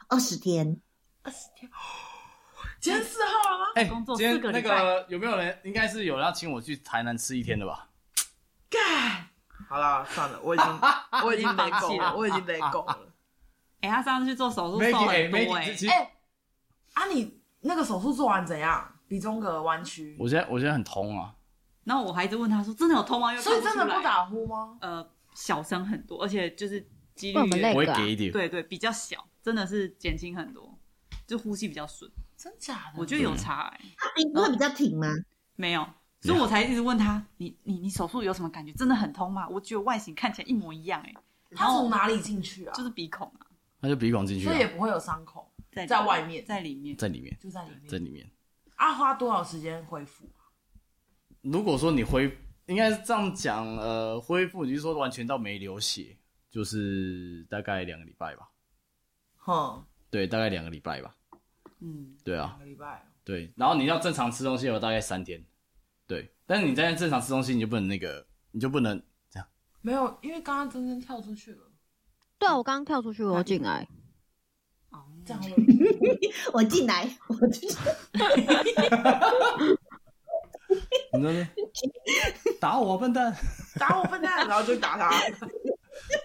[SPEAKER 1] 二十天。
[SPEAKER 3] 二十天， 今天四号啊了吗？
[SPEAKER 4] 哎
[SPEAKER 5] 工作
[SPEAKER 4] 今天
[SPEAKER 5] 四个
[SPEAKER 4] 那
[SPEAKER 5] 礼拜
[SPEAKER 4] 个有没有人应该是有人要请我去台南吃一天的吧？
[SPEAKER 3] 干，好了，算了，我 已经我已经累够了，我已经累够了。
[SPEAKER 5] 哎，他上次去做手术
[SPEAKER 4] Maggie，
[SPEAKER 5] 瘦
[SPEAKER 4] 哎
[SPEAKER 5] 很多
[SPEAKER 4] ，Maggie
[SPEAKER 5] 哎
[SPEAKER 4] 之，前
[SPEAKER 3] 哎、 啊，你那个手术做完怎样？鼻中隔弯曲，
[SPEAKER 4] 我现在我现在很痛啊，
[SPEAKER 5] 然后我还一直问他说：“真的有痛吗？”又
[SPEAKER 3] 所以真
[SPEAKER 5] 看出
[SPEAKER 3] 的不
[SPEAKER 5] 来
[SPEAKER 3] 打呼吗？
[SPEAKER 5] 呃小声很多，而且就是几
[SPEAKER 2] 为什么
[SPEAKER 5] 率
[SPEAKER 2] 累那
[SPEAKER 4] 我
[SPEAKER 2] 个啊
[SPEAKER 4] 会给一点，
[SPEAKER 5] 对对比较小，真的是减轻很多，就呼吸比较顺，
[SPEAKER 3] 真假的？
[SPEAKER 5] 我觉得有差哎、
[SPEAKER 1] 他鼻啊不会比较挺吗？
[SPEAKER 5] 没有，所以我才一直问他：“你你你手术有什么感觉？真的很痛吗？”我觉得外形看起来一模一样哎、
[SPEAKER 3] 他从哪里进去啊？
[SPEAKER 5] 就是鼻孔啊，
[SPEAKER 4] 那就鼻孔进去
[SPEAKER 3] 所以也
[SPEAKER 4] 啊，
[SPEAKER 3] 不会有伤口，
[SPEAKER 5] 在里
[SPEAKER 3] 在外面
[SPEAKER 5] 在里面
[SPEAKER 4] 在里面，
[SPEAKER 3] 就在里
[SPEAKER 4] 在
[SPEAKER 3] 面。
[SPEAKER 4] 里面。
[SPEAKER 3] 啊，花多少时间恢复？啊
[SPEAKER 4] 如果说你恢，应该是这样讲，呃，恢复，你是说完全到没流血，就是大概两个礼拜吧，
[SPEAKER 3] 哼，
[SPEAKER 4] 对，大概两个礼拜吧，
[SPEAKER 5] 嗯，
[SPEAKER 4] 对啊
[SPEAKER 3] 两，个礼拜，哦
[SPEAKER 4] 对，然后你要正常吃东西有大概三天，对，但是你在正常吃东西，你就不能那个，你就不能这样，
[SPEAKER 3] 没有，因为刚刚真真跳出去了，
[SPEAKER 2] 对啊，我刚刚跳出去，我又进来，
[SPEAKER 5] 哦，
[SPEAKER 3] 这样会
[SPEAKER 1] 我进来，我进
[SPEAKER 4] 你知道 吗打我笨蛋，
[SPEAKER 3] 打我 笨蛋，然后就打他，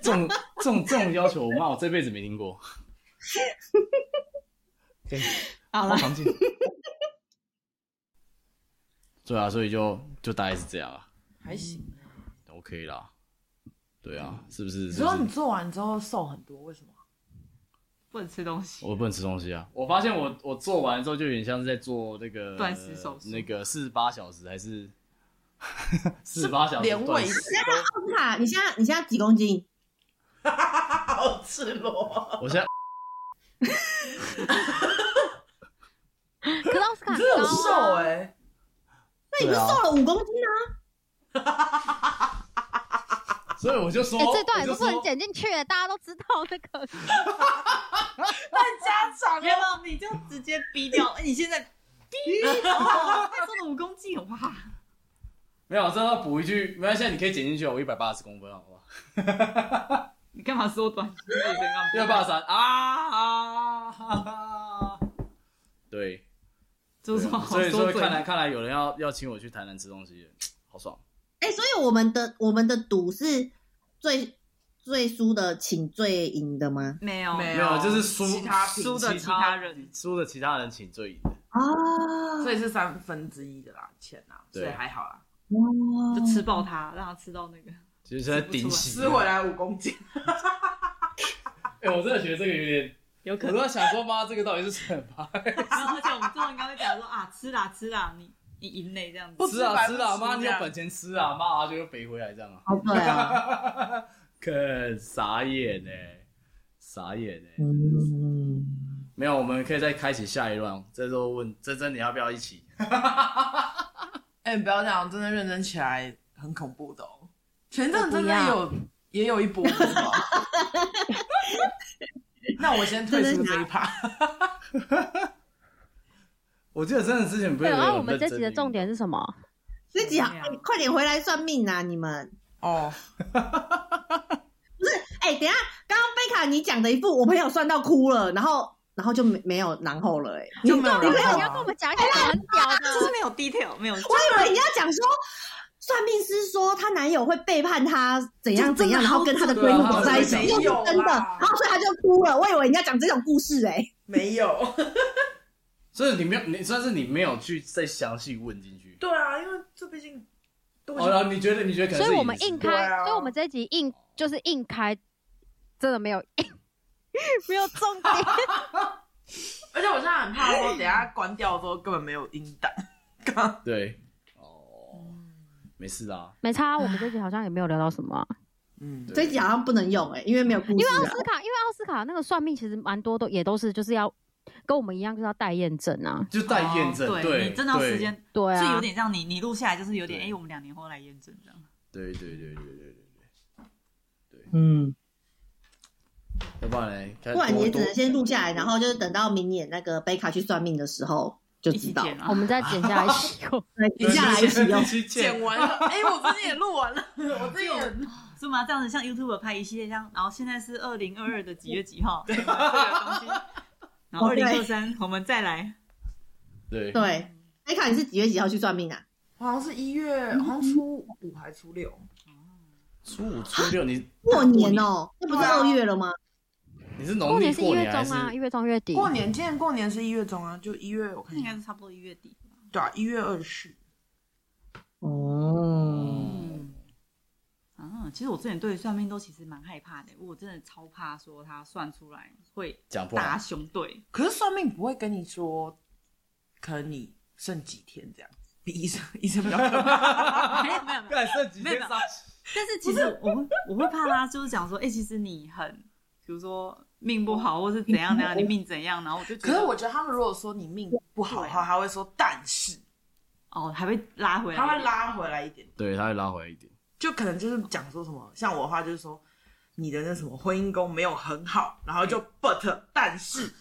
[SPEAKER 4] 这种这种这种要求，我妈我这辈子没听过。对，
[SPEAKER 1] 好
[SPEAKER 4] 放
[SPEAKER 1] 了，
[SPEAKER 4] 长镜。 对啊，所以就就大概是这样啊
[SPEAKER 3] 还行。
[SPEAKER 4] ，OK 啦。对啊，是不是？
[SPEAKER 3] 你
[SPEAKER 4] 是
[SPEAKER 3] 说
[SPEAKER 4] 不
[SPEAKER 3] 你
[SPEAKER 4] 是
[SPEAKER 3] 做完之后瘦很多，为什么？
[SPEAKER 5] 不能吃东西，
[SPEAKER 4] 我不能吃东西啊！我发现我我做完之后就有点像是在做那个
[SPEAKER 5] 断食手术
[SPEAKER 4] 那个四十八小时还是四十八小时
[SPEAKER 3] 连
[SPEAKER 4] 啊断
[SPEAKER 3] 胃
[SPEAKER 4] 食
[SPEAKER 3] 食都
[SPEAKER 1] 奥斯卡，你现在你现在几公斤？
[SPEAKER 3] 好赤裸，
[SPEAKER 4] 我现在
[SPEAKER 2] 可是奥斯卡很
[SPEAKER 3] 你 真的很
[SPEAKER 2] 高
[SPEAKER 3] 瘦
[SPEAKER 2] 啊，
[SPEAKER 3] 哎，
[SPEAKER 1] 那你就
[SPEAKER 4] 对啊
[SPEAKER 1] 瘦了五公斤啊！
[SPEAKER 4] 所以我就说，
[SPEAKER 2] 哎，这段也
[SPEAKER 4] 我
[SPEAKER 2] 是
[SPEAKER 4] 就
[SPEAKER 2] 不能
[SPEAKER 4] 说，
[SPEAKER 2] 剪进去的，大家都知道那个。
[SPEAKER 5] 但家长要不你就直接逼 掉，哎，你现在逼，哦，他瘦了五公斤，哇，
[SPEAKER 4] 没有，这要补一句，没关系，你可以剪进去哦，我一百八十公分，好不好？
[SPEAKER 5] 你干嘛缩短？
[SPEAKER 4] 一百八十三啊 啊！哈哈对，
[SPEAKER 5] 就
[SPEAKER 4] 对
[SPEAKER 5] 是
[SPEAKER 4] 啊
[SPEAKER 5] 好
[SPEAKER 4] 所以
[SPEAKER 5] 缩
[SPEAKER 4] 说，
[SPEAKER 5] 嘴
[SPEAKER 4] 看来看来有人要要请我去台南吃东西，好爽。
[SPEAKER 1] 哎、所以我们的我们的赌是最最输的请最赢的吗？
[SPEAKER 5] 没有
[SPEAKER 3] 没
[SPEAKER 4] 没有，就是输
[SPEAKER 3] 其他品
[SPEAKER 5] 输的其他人，
[SPEAKER 4] 输的其他人请最赢的。
[SPEAKER 1] 啊，
[SPEAKER 3] 所以是三分之一的啦，钱啊，所
[SPEAKER 4] 对
[SPEAKER 3] 以还好啦，
[SPEAKER 1] 哇
[SPEAKER 5] 就吃爆它，让它吃到那个。
[SPEAKER 4] 其实现在顶起
[SPEAKER 3] 吃回。来五公斤，
[SPEAKER 4] 哎、我真的觉得这个有点，
[SPEAKER 5] 有可
[SPEAKER 4] 我
[SPEAKER 5] 能
[SPEAKER 4] 都，在想说，妈，这个到底是什么？啊
[SPEAKER 5] 然后而且我们之后应该会讲说啊，吃啦吃啦，你你赢嘞这样子
[SPEAKER 3] 不，
[SPEAKER 4] 吃
[SPEAKER 3] 吃白
[SPEAKER 4] 啊
[SPEAKER 3] 不
[SPEAKER 4] 吃啊，
[SPEAKER 3] 吃
[SPEAKER 4] 妈，你有
[SPEAKER 3] 这样
[SPEAKER 4] 本钱吃啊，妈，然后就又肥回来这样啊，
[SPEAKER 1] 哦对啊，
[SPEAKER 4] 可傻眼呢、欸傻眼呢、欸
[SPEAKER 1] 嗯，
[SPEAKER 4] 没有，我们可以再开启下一轮。这时候问珍珍，你要不要一起？
[SPEAKER 3] 哎，不要这样，真的认真起来很恐怖的哦，前阵子真
[SPEAKER 2] 不
[SPEAKER 3] 的
[SPEAKER 2] 要
[SPEAKER 3] 有也有一波，不是吗 那我先退出这一趴。
[SPEAKER 4] 我记得真的之前不是
[SPEAKER 2] 对，
[SPEAKER 4] 有
[SPEAKER 2] 然后我
[SPEAKER 4] 人
[SPEAKER 2] 们
[SPEAKER 4] 认真
[SPEAKER 2] 这集的重点是什么？
[SPEAKER 1] 自己好、
[SPEAKER 5] 对啊
[SPEAKER 1] 哎快点回来算命啊！你们
[SPEAKER 3] 哦，
[SPEAKER 1] 哎、等一下，刚刚贝卡你讲的一副，我朋友算到哭了，然后然后就没没有然后了、哎，
[SPEAKER 3] 就没有
[SPEAKER 2] 你们
[SPEAKER 3] 然后
[SPEAKER 2] 你要跟我
[SPEAKER 3] 啊。
[SPEAKER 2] 们讲一些很屌的，
[SPEAKER 5] 就是没有 detail，没有。
[SPEAKER 1] 我以为你要讲说。算命师说她男友会背叛她，怎样怎样，然后跟她的闺蜜走在一起，
[SPEAKER 4] 对啊
[SPEAKER 1] 又是真的，
[SPEAKER 3] 没有啦
[SPEAKER 1] 然后所以她就哭了。我以为你要讲这种故事哎、
[SPEAKER 3] 没有。
[SPEAKER 4] 所以你没有，你算是你没有去再详细问进去。
[SPEAKER 3] 对啊，因为这毕竟都
[SPEAKER 4] 哦，然后你觉得你觉得可能
[SPEAKER 2] 所
[SPEAKER 4] 是
[SPEAKER 2] 以我们
[SPEAKER 4] 隐私
[SPEAKER 2] 硬
[SPEAKER 3] 对
[SPEAKER 2] 开，
[SPEAKER 3] 啊
[SPEAKER 2] 所以我们这一集硬就是硬开，真的没有 没有重点。
[SPEAKER 3] 而且我现在很怕说，等一下关掉之后根本没有音档。刚
[SPEAKER 4] 对，哦，没事啦，
[SPEAKER 2] 没差，啊我们这集好像也没有聊到什么啊、
[SPEAKER 3] 嗯，
[SPEAKER 4] 对
[SPEAKER 1] 这一集好像不能用哎、因为没有故
[SPEAKER 2] 因
[SPEAKER 1] 事
[SPEAKER 2] 为奥
[SPEAKER 1] 啊。
[SPEAKER 2] 斯卡，因为奥斯卡那个算命其实蛮多都也都是就是要跟我们一样，就是要带验证啊。
[SPEAKER 4] 就带验证，
[SPEAKER 5] 哦
[SPEAKER 4] 对，
[SPEAKER 5] 你真的要
[SPEAKER 4] 对
[SPEAKER 5] 时间，
[SPEAKER 2] 对
[SPEAKER 5] 所以有
[SPEAKER 2] 啊，
[SPEAKER 5] 点像你，你录下来就是有点，
[SPEAKER 4] 对
[SPEAKER 5] 哎，我们两年后来验证这样。
[SPEAKER 4] 对对对对对对对，
[SPEAKER 1] 嗯，
[SPEAKER 4] 要不然嘞，看
[SPEAKER 1] 不然你也只
[SPEAKER 4] 多
[SPEAKER 1] 能先录下来，然后就是等到明年那个贝卡去算命的时候就
[SPEAKER 5] 一
[SPEAKER 1] 知
[SPEAKER 5] 起
[SPEAKER 1] 道，
[SPEAKER 5] 剪啊
[SPEAKER 2] 我，们再剪 下来用。
[SPEAKER 1] 对，
[SPEAKER 4] 对
[SPEAKER 1] 接下来一哦起用
[SPEAKER 4] 一。起
[SPEAKER 3] 剪
[SPEAKER 4] 剪，
[SPEAKER 3] 完 了，哎，我自己也录完了，我自己也
[SPEAKER 5] 是吗？这样子像 YouTube 拍一系列这样，然后现在是二零二二的几月几 号，对这个东西。然后
[SPEAKER 1] 哦
[SPEAKER 5] 二
[SPEAKER 1] 对
[SPEAKER 5] 零二三我们再来，
[SPEAKER 4] 对，
[SPEAKER 1] 对，贝卡你是几月几号去算命啊？
[SPEAKER 3] 我好像是一月，好像初五还初六，
[SPEAKER 4] 初五初六你
[SPEAKER 1] 过年哦、那不是
[SPEAKER 3] 对啊
[SPEAKER 1] 二月了吗？
[SPEAKER 4] 你是农
[SPEAKER 2] 过
[SPEAKER 4] 历
[SPEAKER 2] 年是一
[SPEAKER 4] 过
[SPEAKER 2] 月
[SPEAKER 4] 还
[SPEAKER 2] 中
[SPEAKER 4] 是
[SPEAKER 2] 啊，一月中月底。
[SPEAKER 3] 过年今年过年是一月中啊，就一月我看
[SPEAKER 5] 应
[SPEAKER 3] 一
[SPEAKER 5] 该
[SPEAKER 3] 下，
[SPEAKER 5] 是差不多一月底。
[SPEAKER 3] 对啊，一月二十。
[SPEAKER 1] 哦，
[SPEAKER 5] 嗯，啊，其实我之前对算命都其实蛮害怕的，我真的超怕说他算出来会
[SPEAKER 4] 讲不
[SPEAKER 5] 大
[SPEAKER 4] 好？
[SPEAKER 5] 熊对，
[SPEAKER 3] 可是算命不会跟你说，可能你剩几天这样，比医生医生比较可 怕。
[SPEAKER 5] 没有没有没有，
[SPEAKER 4] 干剩几
[SPEAKER 5] 没有
[SPEAKER 4] 天上？
[SPEAKER 5] 但是其实我会我会怕他，就是讲说，哎、其实你很，比如说命不好，或是怎样怎样，你命怎样，然后我就觉
[SPEAKER 3] 可
[SPEAKER 5] 得，
[SPEAKER 3] 是我觉得他们如果说你命不好的话，他会说但是，
[SPEAKER 5] 哦，还会拉回来，
[SPEAKER 3] 他会拉回来一点。
[SPEAKER 4] 对，他会拉回来一点，
[SPEAKER 3] 就可能就是讲说什么，像我的话就是说，你的那什么婚姻宫没有很好，然后就 but 但是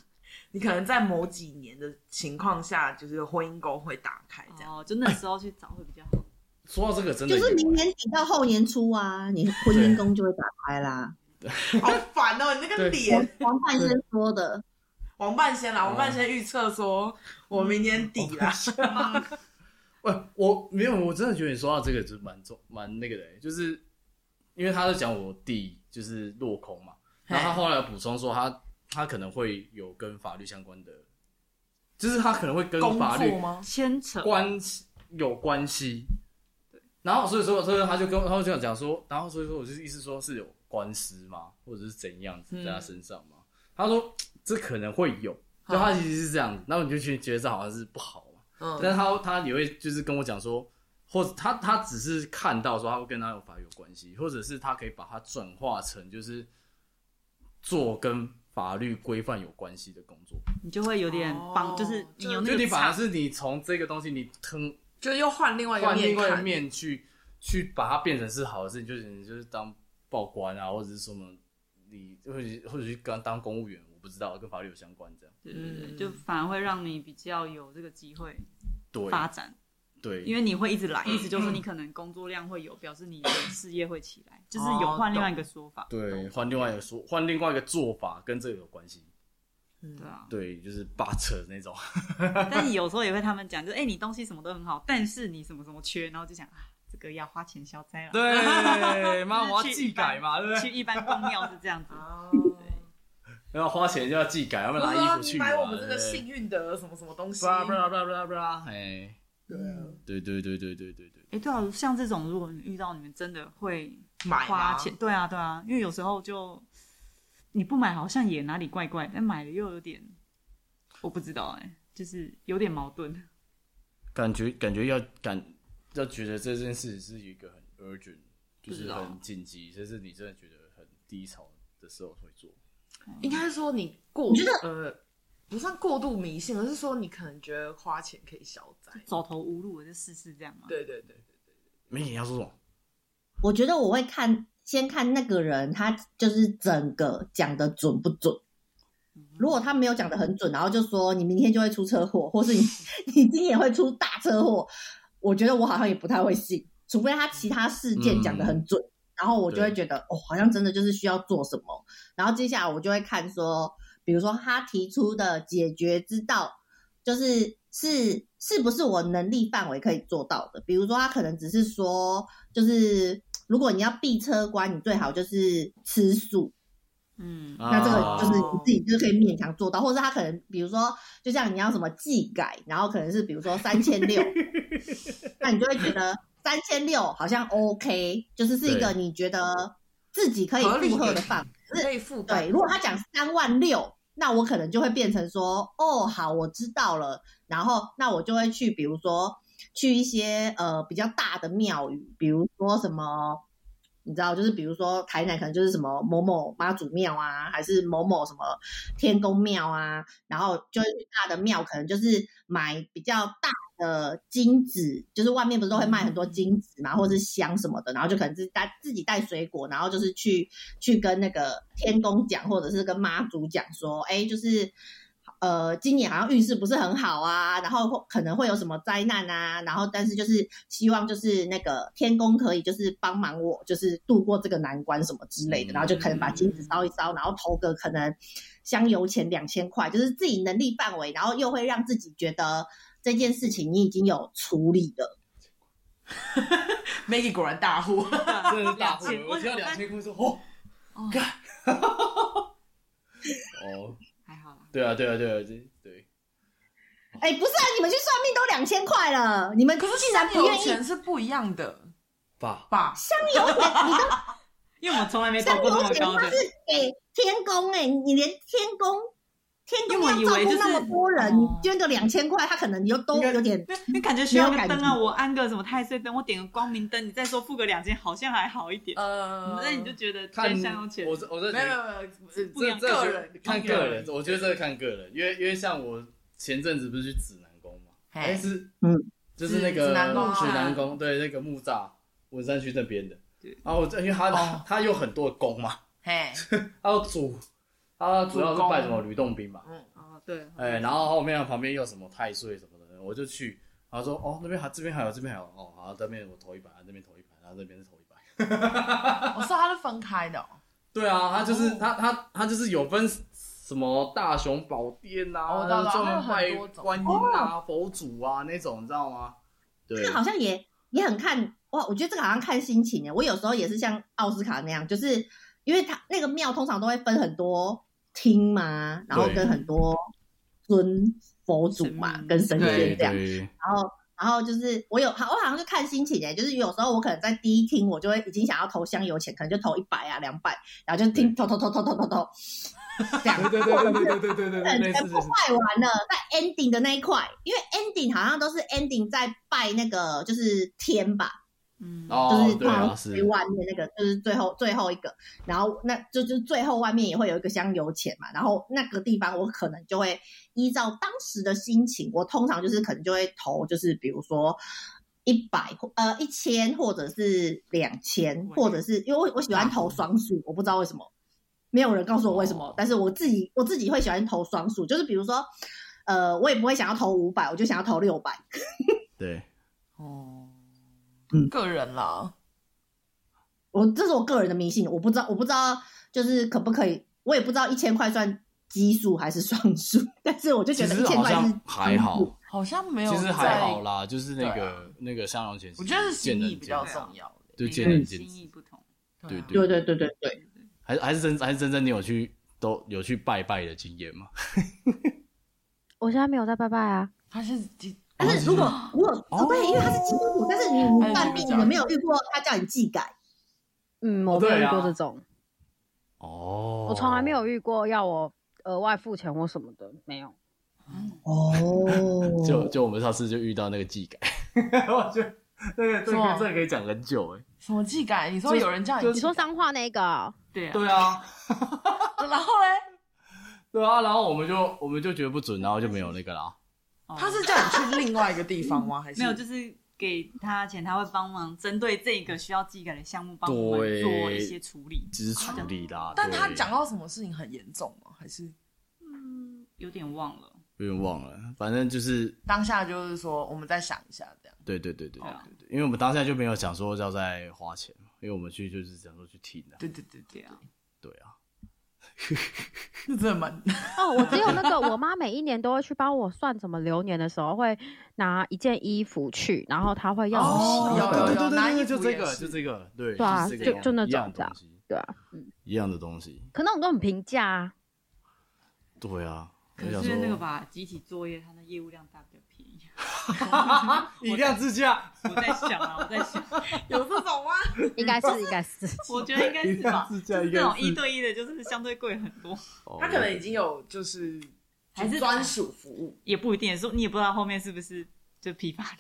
[SPEAKER 3] 你可能在某几年的情况下，就是婚姻宫会打开这样。
[SPEAKER 5] 哦，就那时候去找会比较好。
[SPEAKER 4] 说到这个，真的
[SPEAKER 1] 就是
[SPEAKER 4] 有
[SPEAKER 1] 明
[SPEAKER 4] 欸
[SPEAKER 1] 年底到后年初啊，你婚姻宫就会打开啦。
[SPEAKER 3] 好烦哦，你那个
[SPEAKER 4] 对
[SPEAKER 3] 脸。
[SPEAKER 1] 王半仙说的，
[SPEAKER 3] 王半仙啦，
[SPEAKER 4] 哦
[SPEAKER 3] 王半仙预测说，我明年底啦，
[SPEAKER 4] 喂，我没有，我真的觉得你说到这个就是蛮重蛮那个的欸、就是因为他在讲我弟就是落空嘛，然后他后来有补充说他他可能会有跟法律相关的，就是他可能会跟
[SPEAKER 3] 工
[SPEAKER 4] 法律
[SPEAKER 3] 作吗？
[SPEAKER 5] 牵扯
[SPEAKER 4] 关系有关系。然后所以说，所以说他就跟他就这样讲说，然后所以说我就是意思说是有官司吗，或者是怎样子在他身上吗？他说这可能会有，就他其实是这样子，然后你就觉觉得这好像是不好嘛。
[SPEAKER 3] 嗯，
[SPEAKER 4] 但是他他也会就是跟我讲说，或者他他只是看到说他会跟他有法律有关系，或者是他可以把它转化成就是做跟法律规范有关系的工作，
[SPEAKER 5] 你就会有点帮，
[SPEAKER 3] 哦
[SPEAKER 5] 就是你有那
[SPEAKER 4] 就
[SPEAKER 5] 个
[SPEAKER 4] 你反而
[SPEAKER 5] 场，
[SPEAKER 4] 是你从这个东西你腾
[SPEAKER 3] 就又换另外一个
[SPEAKER 4] 换另外一个
[SPEAKER 3] 看，
[SPEAKER 4] 面去去把它变成是好的事情，就是你就是当报官啊，或者是什么你或者或者去当当公务员，我不知道跟法律有相关这样。
[SPEAKER 5] 对对对，
[SPEAKER 3] 嗯
[SPEAKER 5] 就反而会让你比较有这个机会
[SPEAKER 4] 对
[SPEAKER 5] 发展，
[SPEAKER 4] 对，嗯
[SPEAKER 5] 因为你会一直来，意思就是你可能工作量会有，表示你的事业会起来，就是有换另外一个说法。
[SPEAKER 4] 对换另外一个说换另外一个做法跟这个有关系。
[SPEAKER 5] 对啊，
[SPEAKER 4] 对，就是八扯那种。
[SPEAKER 5] 但你有时候也会他们讲，就是哎、你东西什么都很好，但是你什么什么缺，然后就想啊，这个要花钱消灾了。
[SPEAKER 4] 对，
[SPEAKER 5] 妈我要
[SPEAKER 4] 技
[SPEAKER 5] 技改
[SPEAKER 4] 嘛，对不
[SPEAKER 5] 去？一般公庙是这样子，
[SPEAKER 3] 哦，
[SPEAKER 4] 要花钱就要技改，要不
[SPEAKER 3] 我
[SPEAKER 4] 然拿衣
[SPEAKER 3] 说
[SPEAKER 4] 服
[SPEAKER 3] 你
[SPEAKER 4] 去
[SPEAKER 3] 买
[SPEAKER 4] 嘛
[SPEAKER 3] 我们这个
[SPEAKER 4] 对
[SPEAKER 3] 幸运的什么什么东西
[SPEAKER 4] 不，啦不啦不啦不啦不啦，哎，
[SPEAKER 3] 对啊，
[SPEAKER 4] 对对对对对对对，
[SPEAKER 5] 哎、对啊，像这种，如果你遇到，你们真的会
[SPEAKER 3] 买
[SPEAKER 5] 花
[SPEAKER 3] 吗
[SPEAKER 5] 钱？，对啊，对啊，因为有时候就你不买好像也哪里怪怪，但买了又有点，我不知道哎、就是有点矛盾。
[SPEAKER 4] 感觉感觉要感要觉得这件事是一个很 urgent，就是很紧急，就是你真的觉得很低潮的时候会做。
[SPEAKER 3] 应该说你过
[SPEAKER 1] 我觉得
[SPEAKER 3] 呃不算过度迷信，而是说你可能觉得花钱可以消灾。
[SPEAKER 5] 走投无路，我就试试这样嘛。，
[SPEAKER 3] 对对对对，
[SPEAKER 4] 没你要说什么？
[SPEAKER 1] 我觉得我会看，先看那个人他就是整个讲的准不准。如果他没有讲的很准，然后就说你明天就会出车祸，或是你你今年会出大车祸，我觉得我好像也不太会信，除非他其他事件讲的很准，然后我就会觉得哦，好像真的就是需要做什么。然后接下来我就会看说，比如说他提出的解决之道，就是是是不是我能力范围可以做到的？比如说他可能只是说，就是如果你要避车关，你最好就是吃素，
[SPEAKER 5] 嗯，
[SPEAKER 4] 啊
[SPEAKER 1] 那这个就是
[SPEAKER 3] 哦
[SPEAKER 1] 你自己就是可以勉强做到，或者他可能比如说，就像你要什么技改，然后可能是比如说三千六，那你就会觉得三千六好像 OK，就是是一个
[SPEAKER 4] 对
[SPEAKER 1] 你觉得自己可以
[SPEAKER 3] 合理
[SPEAKER 1] 负荷
[SPEAKER 3] 的
[SPEAKER 1] 的范围。是
[SPEAKER 3] 可以负担
[SPEAKER 1] 对，。如果他讲三万六，那我可能就会变成说，哦，好，我知道了。然后，那我就会去，比如说去一些呃比较大的庙宇，比如说什么，你知道，就是比如说台南可能就是什么某某妈祖庙啊，还是某某什么天宫庙啊，然后就会去大的庙，可能就是买比较大。的金子就是外面不是都会卖很多金子嘛，或者是香什么的，然后就可能自己带自己带水果，然后就是去去跟那个天公讲，或者是跟妈祖讲说，哎，就是呃，今年好像运势不是很好啊，然后或可能会有什么灾难啊，然后但是就是希望就是那个天公可以就是帮忙我，就是度过这个难关什么之类的，然后就可能把金子烧一烧，然后投个可能香油钱两千块，就是自己能力范围，然后又会让自己觉得这件事情你已经有处理了。
[SPEAKER 3] Maggie 果然大户，
[SPEAKER 4] 真的是大
[SPEAKER 5] 两
[SPEAKER 4] 户
[SPEAKER 5] 千，，
[SPEAKER 4] 我听到两千块说哦，
[SPEAKER 5] 哦，
[SPEAKER 4] 哦，
[SPEAKER 5] 还好啦，
[SPEAKER 4] 对啊对啊对啊对对，
[SPEAKER 5] 嗯
[SPEAKER 1] 哎，不是啊，你们去算命都两千块了，你们
[SPEAKER 3] 可是
[SPEAKER 1] 竟然不
[SPEAKER 3] 香
[SPEAKER 1] 愿
[SPEAKER 3] 油
[SPEAKER 1] 意
[SPEAKER 3] 钱是不一样的
[SPEAKER 4] 爸，
[SPEAKER 3] 吧？
[SPEAKER 1] 香油钱，你都
[SPEAKER 5] 因为我们从来没
[SPEAKER 1] 香
[SPEAKER 5] 投过这
[SPEAKER 1] 油
[SPEAKER 5] 么
[SPEAKER 1] 钱
[SPEAKER 5] 高
[SPEAKER 1] 它
[SPEAKER 5] 的
[SPEAKER 1] 是。给天宫哎、你连天宫天宫
[SPEAKER 5] 因为我以
[SPEAKER 1] 要照
[SPEAKER 5] 为
[SPEAKER 1] 顾
[SPEAKER 5] 就是
[SPEAKER 1] 那么多人，
[SPEAKER 5] 哦
[SPEAKER 1] 你捐个两千块，他可能你就都有点
[SPEAKER 5] 对，因为感觉需要
[SPEAKER 1] 没有感
[SPEAKER 5] 个灯啊，
[SPEAKER 1] 觉
[SPEAKER 5] 我安个什么太岁灯，我点个光明灯，你再说付个两千，好像还好一点。
[SPEAKER 3] 呃，
[SPEAKER 5] 那你就觉得
[SPEAKER 4] 看
[SPEAKER 5] 捐香油钱，
[SPEAKER 4] 我这我这
[SPEAKER 3] 没有没有没有
[SPEAKER 4] 这
[SPEAKER 5] 不一样
[SPEAKER 4] 这
[SPEAKER 3] 个
[SPEAKER 4] 这
[SPEAKER 3] 人
[SPEAKER 4] 看
[SPEAKER 3] 个
[SPEAKER 4] 个
[SPEAKER 3] 人
[SPEAKER 4] 人，我觉得这个看个人，因为因为像我前阵子不是去指南宫嘛，
[SPEAKER 3] 嘿
[SPEAKER 4] 还哎是
[SPEAKER 1] 嗯，
[SPEAKER 4] 就是那个
[SPEAKER 3] 哎指南宫啊
[SPEAKER 4] 指南宫，对，那个木栅文山区那边的
[SPEAKER 5] 对。
[SPEAKER 4] 然后我因为他
[SPEAKER 3] 哦
[SPEAKER 4] 他有很多宫嘛，
[SPEAKER 3] 嘿，
[SPEAKER 4] 他要煮，他主要是拜什么吕洞宾嘛，
[SPEAKER 5] 哦，对，
[SPEAKER 4] 哎、然后后面旁边又什么太岁什么的，我就去，然后说哦那边还这边还有这边还有哦，好这边我投一百，这边投一百，然后这边是投一百。
[SPEAKER 3] 我说他是分开的哦，
[SPEAKER 4] 对啊，他
[SPEAKER 3] 哦
[SPEAKER 4] 就是、他他他就是有分什么大雄宝殿
[SPEAKER 3] 哦
[SPEAKER 4] 啊，
[SPEAKER 3] 我知道
[SPEAKER 4] 专门
[SPEAKER 3] 他有很多
[SPEAKER 4] 拜
[SPEAKER 3] 种
[SPEAKER 4] 观音啊、佛祖啊那种，你知道吗？对
[SPEAKER 1] 这个好像也也很看哇，我觉得这个好像看心情欸耶。我有时候也是像奥斯卡那样，就是因为他那个庙通常都会分很多厅嘛，然后
[SPEAKER 4] 对
[SPEAKER 1] 跟很多尊佛祖嘛
[SPEAKER 5] 神，明
[SPEAKER 1] 跟神仙
[SPEAKER 4] 对
[SPEAKER 1] 这样，
[SPEAKER 4] 对
[SPEAKER 1] 然后。然后就是我有，好，我好像就看心情诶，就是有时候我可能在第一厅，我就会已经想要投香油钱，可能就投一百啊、两百，然后就听投投投投投投投，这样
[SPEAKER 4] 对对对对对对对对对，
[SPEAKER 1] 人
[SPEAKER 4] 类
[SPEAKER 1] 全
[SPEAKER 4] 似
[SPEAKER 1] 部
[SPEAKER 4] 哦就是
[SPEAKER 1] 拜完了，在 ending 的那一块，因为 ending 好像都是 ending 在拜那个就是天吧，
[SPEAKER 5] 嗯，
[SPEAKER 4] 哦
[SPEAKER 1] 就，是
[SPEAKER 4] 对啊，
[SPEAKER 1] 放
[SPEAKER 4] 是
[SPEAKER 1] 最外面那个，就是最后最后一个，然后那就就是最后外面也会有一个香油钱嘛，然后那个地方我可能就会依照当时的心情，我通常就是可能就会投，就是比如说。一百呃一千或者是两千，
[SPEAKER 5] 哇
[SPEAKER 1] 或者是因为我我喜欢投双数，我不知道为什么，没有人告诉我为什么，
[SPEAKER 4] 哦
[SPEAKER 1] 但是我自己我自己会喜欢投双数，就是比如说，呃，我也不会想要投五百，我就想要投六百。
[SPEAKER 4] 对。
[SPEAKER 3] 哦，
[SPEAKER 1] 嗯
[SPEAKER 3] 个人啦，
[SPEAKER 1] 我这是我个人的迷信，我不知道我不知道就是可不可以，我也不知道一千块算奇数还是双数，但是我就觉
[SPEAKER 4] 其
[SPEAKER 1] 得
[SPEAKER 4] 实
[SPEAKER 1] 一千
[SPEAKER 4] 好
[SPEAKER 1] 块是
[SPEAKER 4] 像还好
[SPEAKER 1] 双数，
[SPEAKER 3] 好像没有，
[SPEAKER 4] 其实还好，啦，就是那个那个香油钱，
[SPEAKER 3] 我觉得是
[SPEAKER 4] 见
[SPEAKER 3] 心
[SPEAKER 4] 仁
[SPEAKER 3] 意比较
[SPEAKER 4] 见
[SPEAKER 3] 重要的，
[SPEAKER 4] 对
[SPEAKER 5] 每
[SPEAKER 4] 见
[SPEAKER 5] 个
[SPEAKER 4] 仁
[SPEAKER 5] 人
[SPEAKER 4] 见
[SPEAKER 5] 心
[SPEAKER 4] 智
[SPEAKER 5] 意不同，
[SPEAKER 4] 对
[SPEAKER 3] 啊
[SPEAKER 4] 对
[SPEAKER 1] 对对对对对，
[SPEAKER 4] 还还是真还是真正你有去都有去拜拜的经验吗？
[SPEAKER 2] 我现在没有在拜拜啊，
[SPEAKER 3] 他是几
[SPEAKER 1] 但是如果如果
[SPEAKER 4] 哦
[SPEAKER 1] 哦对，因为他是基督徒，但是你
[SPEAKER 3] 哎
[SPEAKER 1] 你犯
[SPEAKER 3] 这
[SPEAKER 1] 病
[SPEAKER 3] 个
[SPEAKER 1] 有没有遇过他叫你祭改？
[SPEAKER 2] 嗯，
[SPEAKER 4] 哦
[SPEAKER 2] 我没有
[SPEAKER 4] 对
[SPEAKER 2] 遇
[SPEAKER 4] 啊
[SPEAKER 2] 过这种，
[SPEAKER 4] 哦，
[SPEAKER 2] 我从来没有遇过要我额外付钱或什么的，没有。
[SPEAKER 1] 哦，
[SPEAKER 4] 就就我们上次就遇到那个技改， 我觉得那个这
[SPEAKER 3] 是吗
[SPEAKER 4] 个这个可以讲很久哎、
[SPEAKER 3] 什么技感？你说有人叫你
[SPEAKER 2] 你说脏话那个哦，
[SPEAKER 5] 对啊，
[SPEAKER 4] 对啊，
[SPEAKER 3] 然后嘞，
[SPEAKER 4] 对啊，然后我们就我们就觉得不准，然后就没有那个啦。
[SPEAKER 5] 哦
[SPEAKER 3] 他是叫你去另外一个地方吗？还是
[SPEAKER 5] 没有，就是给他钱，他会帮忙针对这个需要技改的项目，帮我们
[SPEAKER 4] 对
[SPEAKER 5] 做一些处理，
[SPEAKER 4] 只是处理啦，
[SPEAKER 3] 但
[SPEAKER 4] 对
[SPEAKER 3] 他讲到什么事情很严重吗？还是
[SPEAKER 5] 有点忘了。
[SPEAKER 4] 有点忘了，反正就是
[SPEAKER 3] 当下就是说我们再想一下这样？
[SPEAKER 4] 对对对对对
[SPEAKER 5] 哦
[SPEAKER 4] 对对，因为我们当下就没有想说要再花钱嘛，因为我们去就是想说去听的，
[SPEAKER 3] 对对对对，
[SPEAKER 5] 对啊，
[SPEAKER 4] 对啊，
[SPEAKER 3] 那真的蛮
[SPEAKER 2] 哦，我只有那个，我妈每一年都会去帮我算什么流年的时候，会拿一件衣服去，然后她会要我
[SPEAKER 3] 哦
[SPEAKER 2] 洗
[SPEAKER 3] 有
[SPEAKER 2] 那个，
[SPEAKER 3] 有
[SPEAKER 4] 对对对
[SPEAKER 3] 拿
[SPEAKER 4] 对
[SPEAKER 3] 衣
[SPEAKER 4] 对，
[SPEAKER 3] 服
[SPEAKER 4] 就这
[SPEAKER 3] 也
[SPEAKER 4] 个
[SPEAKER 3] 是
[SPEAKER 4] 就这个，对，
[SPEAKER 2] 对啊
[SPEAKER 4] 是这
[SPEAKER 2] 就
[SPEAKER 4] 个
[SPEAKER 2] 就那种
[SPEAKER 4] 一样的
[SPEAKER 2] 这样
[SPEAKER 4] 东西，
[SPEAKER 2] 对啊，
[SPEAKER 5] 嗯
[SPEAKER 4] 一样的东西，
[SPEAKER 2] 可那种都很平价啊。
[SPEAKER 4] 对啊，
[SPEAKER 5] 可
[SPEAKER 4] 我想
[SPEAKER 5] 是那个
[SPEAKER 4] 说
[SPEAKER 5] 吧，集体作业它的业务量大比较便宜。
[SPEAKER 4] 以量自驾，
[SPEAKER 5] 我在想啊，我在想， 有这种吗？
[SPEAKER 2] 应该是，应该是。
[SPEAKER 5] 我觉得应该
[SPEAKER 4] 一
[SPEAKER 5] 是
[SPEAKER 4] 辆
[SPEAKER 5] 吧。
[SPEAKER 4] 自驾，一
[SPEAKER 5] 就是那
[SPEAKER 4] 辆
[SPEAKER 5] 种一对一的，就是相对贵很多，
[SPEAKER 3] 他可能已经有就是
[SPEAKER 5] 还是
[SPEAKER 3] 专属服务，
[SPEAKER 5] 也不一定，说你也不知道后面是不是就批发的，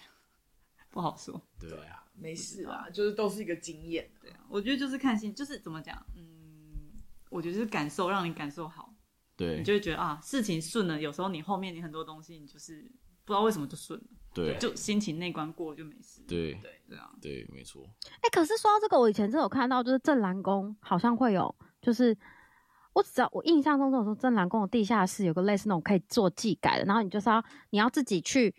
[SPEAKER 5] 不好说。
[SPEAKER 4] 对啊，
[SPEAKER 3] 没事啦，就是都是一个经验。
[SPEAKER 5] 对啊，我觉得就是看心，就是怎么讲，嗯，我觉得就是感受，让你感受好，
[SPEAKER 4] 对
[SPEAKER 5] 你就会觉得啊，事情顺了。有时候你后面你很多东西，你就是不知道为什么就顺了，
[SPEAKER 4] 对
[SPEAKER 5] 就心情那关过就没事。
[SPEAKER 4] 对
[SPEAKER 5] 对对啊，
[SPEAKER 4] 对，没错，
[SPEAKER 2] 哎、可是说到这个，我以前真的有看到，就是正蓝宫好像会有，就是我只要我印象中，这种说正蓝宫的地下室有个类似那种可以做技改的，然后你就是要你要自己去，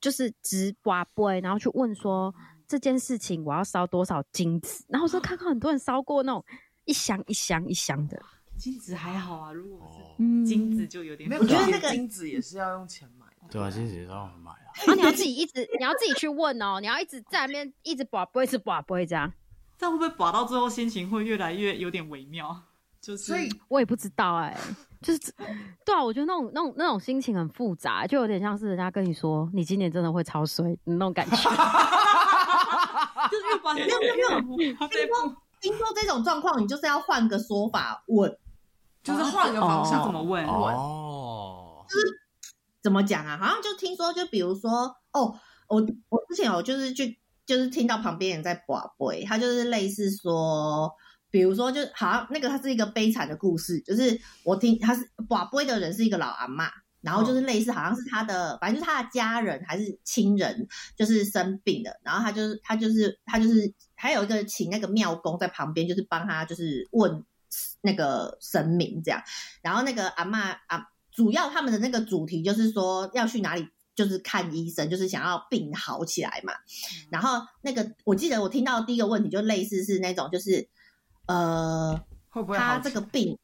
[SPEAKER 2] 就是直挖杯，然后去问说这件事情我要烧多少金子，然后我是看到很多人烧过那种一箱一箱一箱的，
[SPEAKER 5] 金子还好啊，如果
[SPEAKER 4] 哦，
[SPEAKER 5] 是
[SPEAKER 2] 嗯
[SPEAKER 5] 金子就有点
[SPEAKER 3] 没有，
[SPEAKER 1] 我觉得那
[SPEAKER 3] 可
[SPEAKER 1] 个
[SPEAKER 3] 是金子也是要用钱买的。
[SPEAKER 4] 对啊，今天姐姐让我买啊，
[SPEAKER 2] 然后你要自己一直你要自己去问哦，你要一直在那边一直拔杯，一直拔杯这样，
[SPEAKER 5] 这样会不会拔到最后心情会越来越有点微妙？就是
[SPEAKER 3] 所以
[SPEAKER 2] 我也不知道哎、就是只对啊，我觉得那种那种那种心情很复杂，就有点像是人家跟你说你今年真的会超衰的那种感觉。
[SPEAKER 5] 就是越拔越
[SPEAKER 1] 没有没有
[SPEAKER 5] 没有，他这一步
[SPEAKER 1] 听说这种状况，你就是要换个说法问，
[SPEAKER 3] 就是换个方
[SPEAKER 5] 想
[SPEAKER 3] 向，
[SPEAKER 5] 怎么问？
[SPEAKER 4] 哦，
[SPEAKER 1] 怎么讲啊？好像就听说，就比如说，哦，我我之前有就是去就是听到旁边人在刮杯，他就是类似说，比如说就好像那个它是一个悲惨的故事，就是我听他是刮杯的人是一个老阿嬷，然后就是类似好像是他的，反正就是他的家人还是亲人，就是生病了，然后他就是他就是他就是还有一个请那个庙公在旁边，就是帮他就是问那个神明这样。然后那个阿嬷啊，主要他们的那个主题就是说要去哪里，就是看医生，就是想要病好起来嘛。然后那个我记得我听到的第一个问题就类似是那种就是呃，
[SPEAKER 3] 会不会好
[SPEAKER 1] 他
[SPEAKER 3] 奇
[SPEAKER 1] 这个病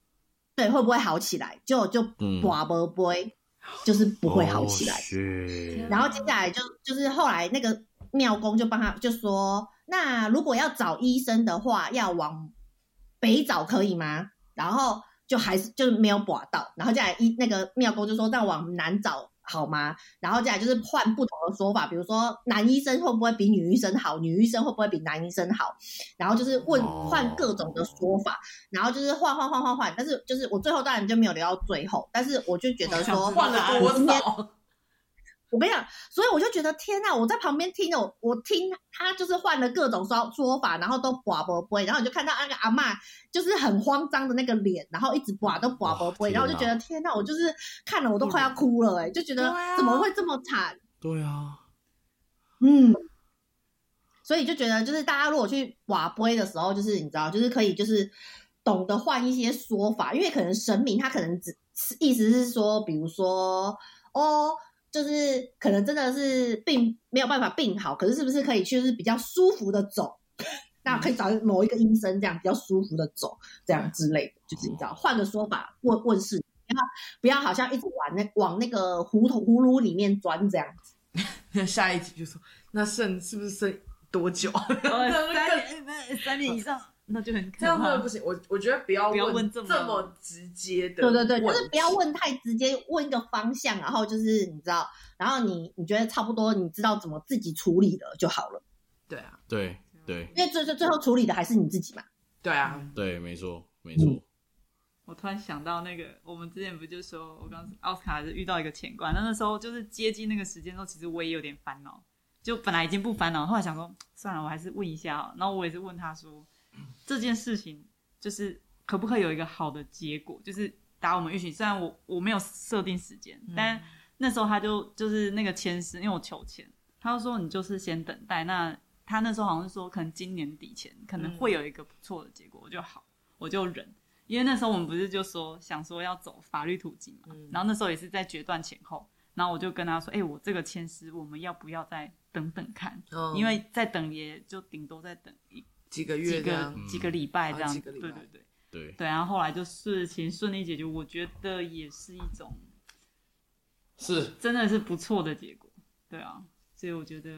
[SPEAKER 1] 对会不会好起来？就就
[SPEAKER 4] 嗯
[SPEAKER 1] 寡不不就是不会好起来。
[SPEAKER 4] 哦来
[SPEAKER 1] 然后接下来就就是后来那个庙公就帮他就说，那如果要找医生的话，要往北找可以吗？然后就还是就是没有找到，然后接下来医那个庙公就说，那往南找好吗？然后接下来就是换不同的说法，比如说男医生会不会比女医生好，女医生会不会比男医生好？然后就是问
[SPEAKER 4] 哦
[SPEAKER 1] 换各种的说法，然后就是换换换换换，但是就是我最后当然就没有留到最后，但是我就觉得说
[SPEAKER 3] 换了啊多少？
[SPEAKER 1] 我跟你讲，所以我就觉得天呐，我在旁边听着，我我听他就是换了各种说说法，然后都寡不不，然后你就看到那个阿嬷就是很慌张的那个脸，然后一直寡都寡不不，
[SPEAKER 4] 哇天哪
[SPEAKER 1] 然后我就觉得天呐，我就是看了我都快要哭了哎、就觉得
[SPEAKER 3] 对啊
[SPEAKER 1] 怎么会这么惨？
[SPEAKER 4] 对啊，
[SPEAKER 1] 嗯，所以就觉得就是大家如果去寡杯的时候，就是你知道，就是可以就是懂得换一些说法，因为可能神明他可能只是意思是说，比如说哦。就是可能真的是病没有办法病好，可是是不是可以去就是比较舒服的走？ 那可以找某一个医生这样比较舒服的走，这样之类的，就是你知道换个说法问问世，不要不要好像一直往那往那个胡同葫芦里面钻这样子。
[SPEAKER 3] 下一集就说那剩是不是剩多久？啊
[SPEAKER 5] 呃
[SPEAKER 3] 那就更
[SPEAKER 5] 三年三年以上，那就很可
[SPEAKER 3] 这样会
[SPEAKER 5] 怕
[SPEAKER 3] 不。行，我我觉得不要
[SPEAKER 5] 不要
[SPEAKER 3] 问
[SPEAKER 5] 问这么
[SPEAKER 3] 么直接的
[SPEAKER 1] 对
[SPEAKER 3] 问
[SPEAKER 1] 对
[SPEAKER 3] 题，
[SPEAKER 1] 对，就是不要问太直接，问一个方向，然后就是你知道，然后你你觉得差不多，你知道怎么自己处理的就好了，
[SPEAKER 3] 对啊
[SPEAKER 4] 对对
[SPEAKER 1] 因为最最最后处理的还是你自己嘛。
[SPEAKER 3] 对啊，
[SPEAKER 4] 对，没错没
[SPEAKER 5] 嗯
[SPEAKER 4] 错，
[SPEAKER 5] 我突然想到那个，我们之前不就说，我刚奥斯卡还是遇到一个钱官，那那时候就是接近那个时间之后，其实我也有点烦恼，就本来已经不烦恼，后来想说算了，我还是问一下哦。然后我也是问他说，这件事情就是可不可以有一个好的结果，就是打我们预期。虽然我我没有设定时间，但那时候他就就是那个签师，因为我求签，他就说你就是先等待。那他那时候好像是说，可能今年底前可能会有一个不错的结果，我就好，我就忍。因为那时候我们不是就说想说要走法律途径嘛，然后那时候也是在决断前后，然后我就跟他说，哎、我这个签师，我们要不要再等等看？
[SPEAKER 3] 嗯
[SPEAKER 5] 因为再等也就顶多再等一
[SPEAKER 3] 几个
[SPEAKER 5] 几
[SPEAKER 3] 月这
[SPEAKER 5] 个嗯
[SPEAKER 3] 样，
[SPEAKER 5] 几个礼拜这
[SPEAKER 3] 啊
[SPEAKER 5] 样
[SPEAKER 3] 几
[SPEAKER 5] 子，
[SPEAKER 3] 个礼
[SPEAKER 5] 对
[SPEAKER 3] 拜
[SPEAKER 5] 对对
[SPEAKER 4] 对
[SPEAKER 5] 对。然后后来就事情顺利解决，我觉得也是一种
[SPEAKER 4] 是
[SPEAKER 5] 真的是不错的结果，对啊，所以我觉得，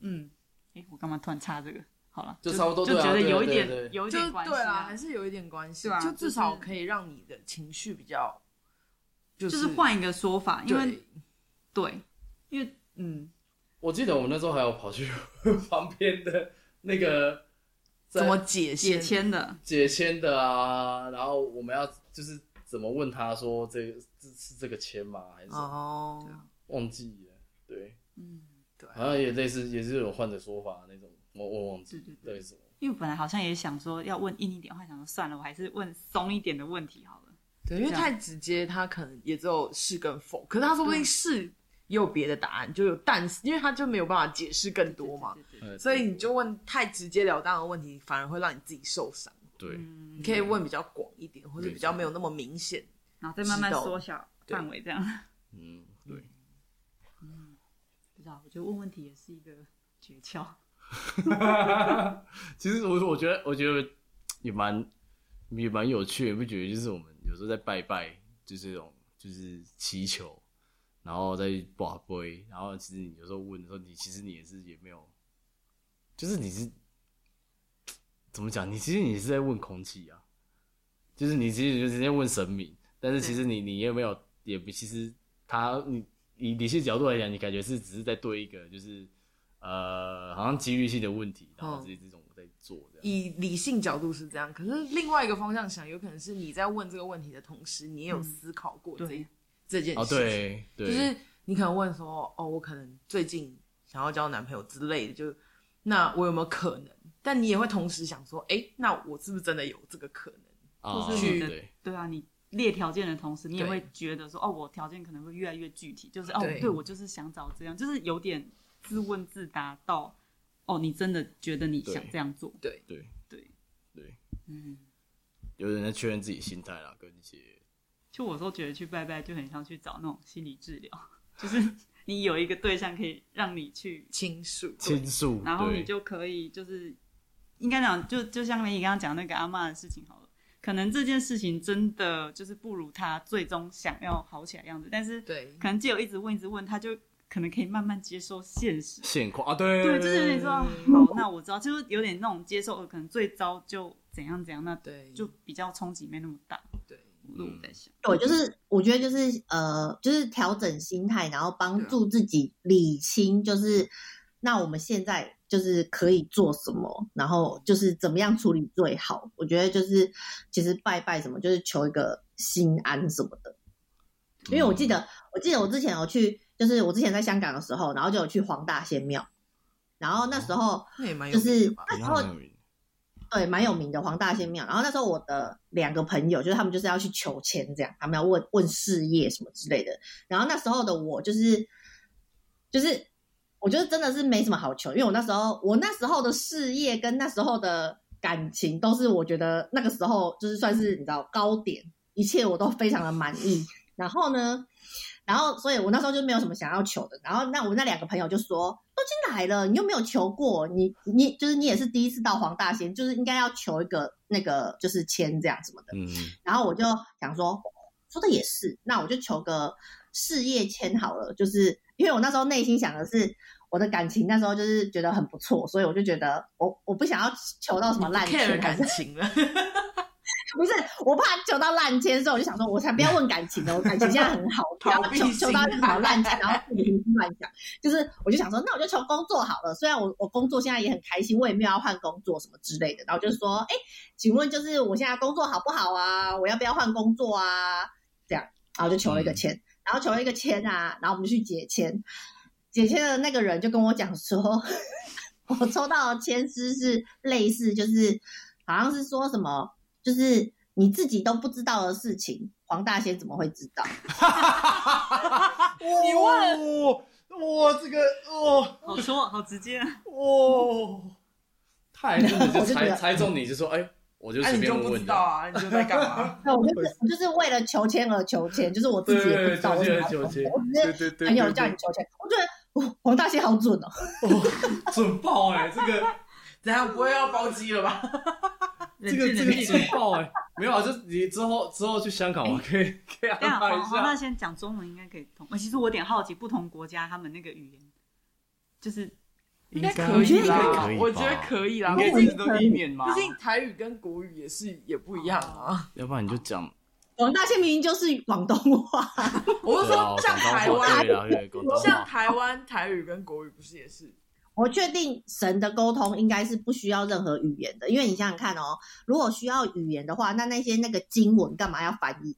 [SPEAKER 5] 嗯，哎、我干嘛突然插这个？好了，
[SPEAKER 4] 就差不多
[SPEAKER 5] 就
[SPEAKER 4] 对啊
[SPEAKER 5] 觉得
[SPEAKER 4] 对
[SPEAKER 5] 有一
[SPEAKER 4] 对
[SPEAKER 5] 点
[SPEAKER 4] 对
[SPEAKER 5] 有一
[SPEAKER 3] 就
[SPEAKER 5] 点关系
[SPEAKER 3] 对啦，
[SPEAKER 5] 啊
[SPEAKER 3] 还，是有一点关系
[SPEAKER 5] 对，啊
[SPEAKER 3] 就
[SPEAKER 5] 就是
[SPEAKER 3] 至少可以让你的情绪比较，就
[SPEAKER 5] 就是是换一个说法，因为
[SPEAKER 3] 对
[SPEAKER 5] 对，因为嗯。
[SPEAKER 4] 我记得我们那时候还有跑去 旁边的那 个在
[SPEAKER 3] 怎么解先
[SPEAKER 5] 解签的，
[SPEAKER 4] 解签的啊，然后我们要就是怎么问他说这个是是这个签吗？还是什么
[SPEAKER 3] 哦，
[SPEAKER 5] 啊
[SPEAKER 4] 忘记了？对，
[SPEAKER 5] 嗯，
[SPEAKER 3] 对啊
[SPEAKER 4] 好像也类似也是有换的说法那种，我我忘记
[SPEAKER 5] 对对对
[SPEAKER 4] 对什么。
[SPEAKER 5] 因为本来好像也想说要问硬一点，后来想说算了，我还是问松一点的问题好了。
[SPEAKER 3] 对，因为
[SPEAKER 5] 这样
[SPEAKER 3] 太直接，他可能也只有是跟否，可是他说不定是也有别的答案，就有但是，因为他就没有办法解释更多嘛，
[SPEAKER 5] 对，对对对
[SPEAKER 4] 呃
[SPEAKER 3] 所以你就问太直截了当的问题，反而会让你自己受伤。
[SPEAKER 4] 对
[SPEAKER 3] 你
[SPEAKER 5] 嗯，
[SPEAKER 3] 可以问比较广一点，或者
[SPEAKER 4] 没错
[SPEAKER 3] 比较没有那么明显。
[SPEAKER 5] 然后再慢慢
[SPEAKER 3] 知道
[SPEAKER 5] 缩小范围，这样。
[SPEAKER 4] 嗯对，
[SPEAKER 5] 不知道，我觉得问问题也是一个诀窍。
[SPEAKER 4] 其实我我觉得我觉得也蛮也蛮有趣的，你不觉得？就是我们有时候在拜拜，就是这种就是祈求，然后再把杯，然后其实你有时候问的时候，你其实你也是也没有，就是你是怎么讲？你其实你是在问空气啊，就是你其实就直接问神明，但是其实你你也没有也不其实他你以理性角度来讲，你感觉是只是在对一个就是呃好像几率性的问题，然后
[SPEAKER 3] 嗯
[SPEAKER 4] 这这种我在做这样。
[SPEAKER 3] 以理性角度是这样，可是另外一个方向想，有可能是你在问这个问题的同时，你也有思考过这、
[SPEAKER 5] 嗯对
[SPEAKER 3] 这件
[SPEAKER 4] 哦，
[SPEAKER 3] 事情。
[SPEAKER 4] 对对，
[SPEAKER 3] 就是你可能问说，哦，我可能最近想要交男朋友之类的，就那我有没有可能？但你也会同时想说，哎、那我是不是真的有这个可能？
[SPEAKER 4] 啊
[SPEAKER 5] 或是你的
[SPEAKER 4] 对
[SPEAKER 5] 对啊，你列条件的同时，你也
[SPEAKER 3] 对
[SPEAKER 5] 会觉得说，哦，我条件可能会越来越具体，就是哦，
[SPEAKER 3] 对
[SPEAKER 5] 对我就是想找这样，就是有点自问自答到，哦，你真的觉得你
[SPEAKER 4] 对
[SPEAKER 5] 想这样做？
[SPEAKER 3] 对
[SPEAKER 4] 对
[SPEAKER 5] 对，
[SPEAKER 4] 对，
[SPEAKER 5] 嗯，
[SPEAKER 4] 有人在确认自己心态啦，跟一些
[SPEAKER 5] 就我都觉得去拜拜就很像去找那种心理治疗，就是 你有一个对象可以让你去
[SPEAKER 3] 倾诉，
[SPEAKER 4] 倾诉，
[SPEAKER 5] 然后你
[SPEAKER 4] 对，
[SPEAKER 5] 就可以就是，应该讲就就像梅姨刚刚讲那个阿嬷的事情好了，可能这件事情真的就是不如她最终想要好起来的样子，但是
[SPEAKER 3] 对，
[SPEAKER 5] 可能只有一直问一直问，她就可能可以慢慢接受现实。
[SPEAKER 4] 现况啊，对
[SPEAKER 5] 对，就是有点说，好，那我知道，就是有点那种接受，可能最糟就怎样怎样，那
[SPEAKER 3] 对，
[SPEAKER 5] 就比较冲击没那么大。
[SPEAKER 3] 对，
[SPEAKER 5] 我我在想，
[SPEAKER 1] 对，就是
[SPEAKER 3] 嗯
[SPEAKER 1] 我觉得就是呃，就是调整心态，然后帮助自己理清，就是那我们现在就是可以做什么，然后就是怎么样处理最好。我觉得就是其实拜拜什么，就是求一个心安什么的。
[SPEAKER 4] 嗯
[SPEAKER 1] 因为我记得，我记得我之前有去，就是我之前在香港的时候，然后就有去黄大仙庙，然后那时候
[SPEAKER 3] 那也蛮有
[SPEAKER 1] 就
[SPEAKER 3] 名
[SPEAKER 1] 是
[SPEAKER 3] 的吧。
[SPEAKER 1] 那时
[SPEAKER 4] 然
[SPEAKER 1] 候
[SPEAKER 4] 后
[SPEAKER 1] 对，蛮有名的黄大仙庙。然后那时候我的两个朋友，就是他们就是要去求签，这样他们要问问事业什么之类的。然后那时候的我就是，就是我觉得真的是没什么好求，因为我那时候我那时候的事业跟那时候的感情都是我觉得那个时候就是算是你知道高点，一切我都非常的满意。然后呢，然后所以我那时候就没有什么想要求的。然后那我那两个朋友就说：“都已经来了，你又没有求过，你你就是你也是第一次到黄大仙，就是应该要求一个那个就是签这样什么的。”
[SPEAKER 4] 嗯，
[SPEAKER 1] 然后我就想说，说的也是，那我就求个事业签好了。就是因为我那时候内心想的是，我的感情那时候就是觉得很不错，所以我就觉得我我不想要求到什么烂啊
[SPEAKER 3] 不 care
[SPEAKER 1] 签，还
[SPEAKER 3] 感
[SPEAKER 1] 是
[SPEAKER 3] 情了，
[SPEAKER 1] 不是我怕求到烂签，所以我就想说，我才不要问感情呢，我感情现在很好，我不
[SPEAKER 3] 逃
[SPEAKER 1] 要
[SPEAKER 3] 避
[SPEAKER 1] 求
[SPEAKER 3] 心
[SPEAKER 1] 求到什么烂签，然后自己胡思乱想。就是我就想说，那我就求工作好了。虽然我我工作现在也很开心，我也没有要换工作什么之类的。然后就说，哎，请问就是我现在工作好不好啊？我要不要换工作啊？这样，然后就求了一个
[SPEAKER 4] 嗯
[SPEAKER 1] 签，然后求了一个签啊，然后我们就去解签。解签的那个人就跟我讲说， 我抽到的签诗是类似，就是好像是说什么，就是你自己都不知道的事情，黄大仙怎么会知道？
[SPEAKER 4] 你问哇，这个哦
[SPEAKER 5] 好说，好直接啊，
[SPEAKER 4] 哦，他还真的 就
[SPEAKER 1] 我就觉
[SPEAKER 4] 猜
[SPEAKER 1] 得
[SPEAKER 4] 猜中你，就说哎，我 就
[SPEAKER 3] 哎，
[SPEAKER 4] 随
[SPEAKER 3] 你
[SPEAKER 4] 便
[SPEAKER 3] 就
[SPEAKER 4] 问
[SPEAKER 3] 不知
[SPEAKER 4] 问
[SPEAKER 3] 道
[SPEAKER 4] 的，
[SPEAKER 3] 啊，你就在干 嘛？
[SPEAKER 1] 那我就是我就是为了求签而求签，就是我自己也不知道为什么要
[SPEAKER 4] 求
[SPEAKER 1] 求
[SPEAKER 4] 签
[SPEAKER 1] 签，我只
[SPEAKER 4] 对
[SPEAKER 1] 是
[SPEAKER 4] 对对，
[SPEAKER 1] 朋友
[SPEAKER 4] 对
[SPEAKER 1] 哎叫你
[SPEAKER 4] 对
[SPEAKER 1] 求签，我觉得哦黄大仙好准哦。
[SPEAKER 4] 哦，准爆哎，这个。
[SPEAKER 3] 怎样不会要包机了吧？
[SPEAKER 5] 冷
[SPEAKER 4] 这
[SPEAKER 5] 静
[SPEAKER 4] 个这
[SPEAKER 5] 冷
[SPEAKER 4] 个
[SPEAKER 5] 静。
[SPEAKER 4] 准爆哎、没有啊，就是你之后之后去香港，我可以可以安
[SPEAKER 5] 对啊，
[SPEAKER 3] 哦
[SPEAKER 4] 排一
[SPEAKER 5] 黄黄大
[SPEAKER 4] 下。
[SPEAKER 5] 仙讲中文应该可以通。呃其实我有点好奇，不同国家他们那个语言，就是
[SPEAKER 3] 应该
[SPEAKER 1] 我
[SPEAKER 3] 可
[SPEAKER 1] 觉
[SPEAKER 3] 以
[SPEAKER 1] 得
[SPEAKER 3] 啦
[SPEAKER 4] 可以，吧
[SPEAKER 3] 我觉得可以啦，
[SPEAKER 4] 应
[SPEAKER 3] 毕
[SPEAKER 4] 该
[SPEAKER 1] 可
[SPEAKER 4] 这
[SPEAKER 1] 以
[SPEAKER 3] 竟
[SPEAKER 4] 是都意念嘛
[SPEAKER 3] 毕，竟台语跟国语也是也不一样啊。
[SPEAKER 4] 要不然你就讲。
[SPEAKER 1] 黄大仙明明就是广东话，
[SPEAKER 3] 我是
[SPEAKER 4] 对啊
[SPEAKER 3] 说，像台
[SPEAKER 4] 广东
[SPEAKER 3] 湾，
[SPEAKER 4] 话对啊，对广东
[SPEAKER 3] 像
[SPEAKER 4] 话。
[SPEAKER 3] 台湾台语跟国语不是也是？
[SPEAKER 1] 我确定神的沟通应该是不需要任何语言的，因为你想想看哦，如果需要语言的话，那那些那个经文干嘛要翻译？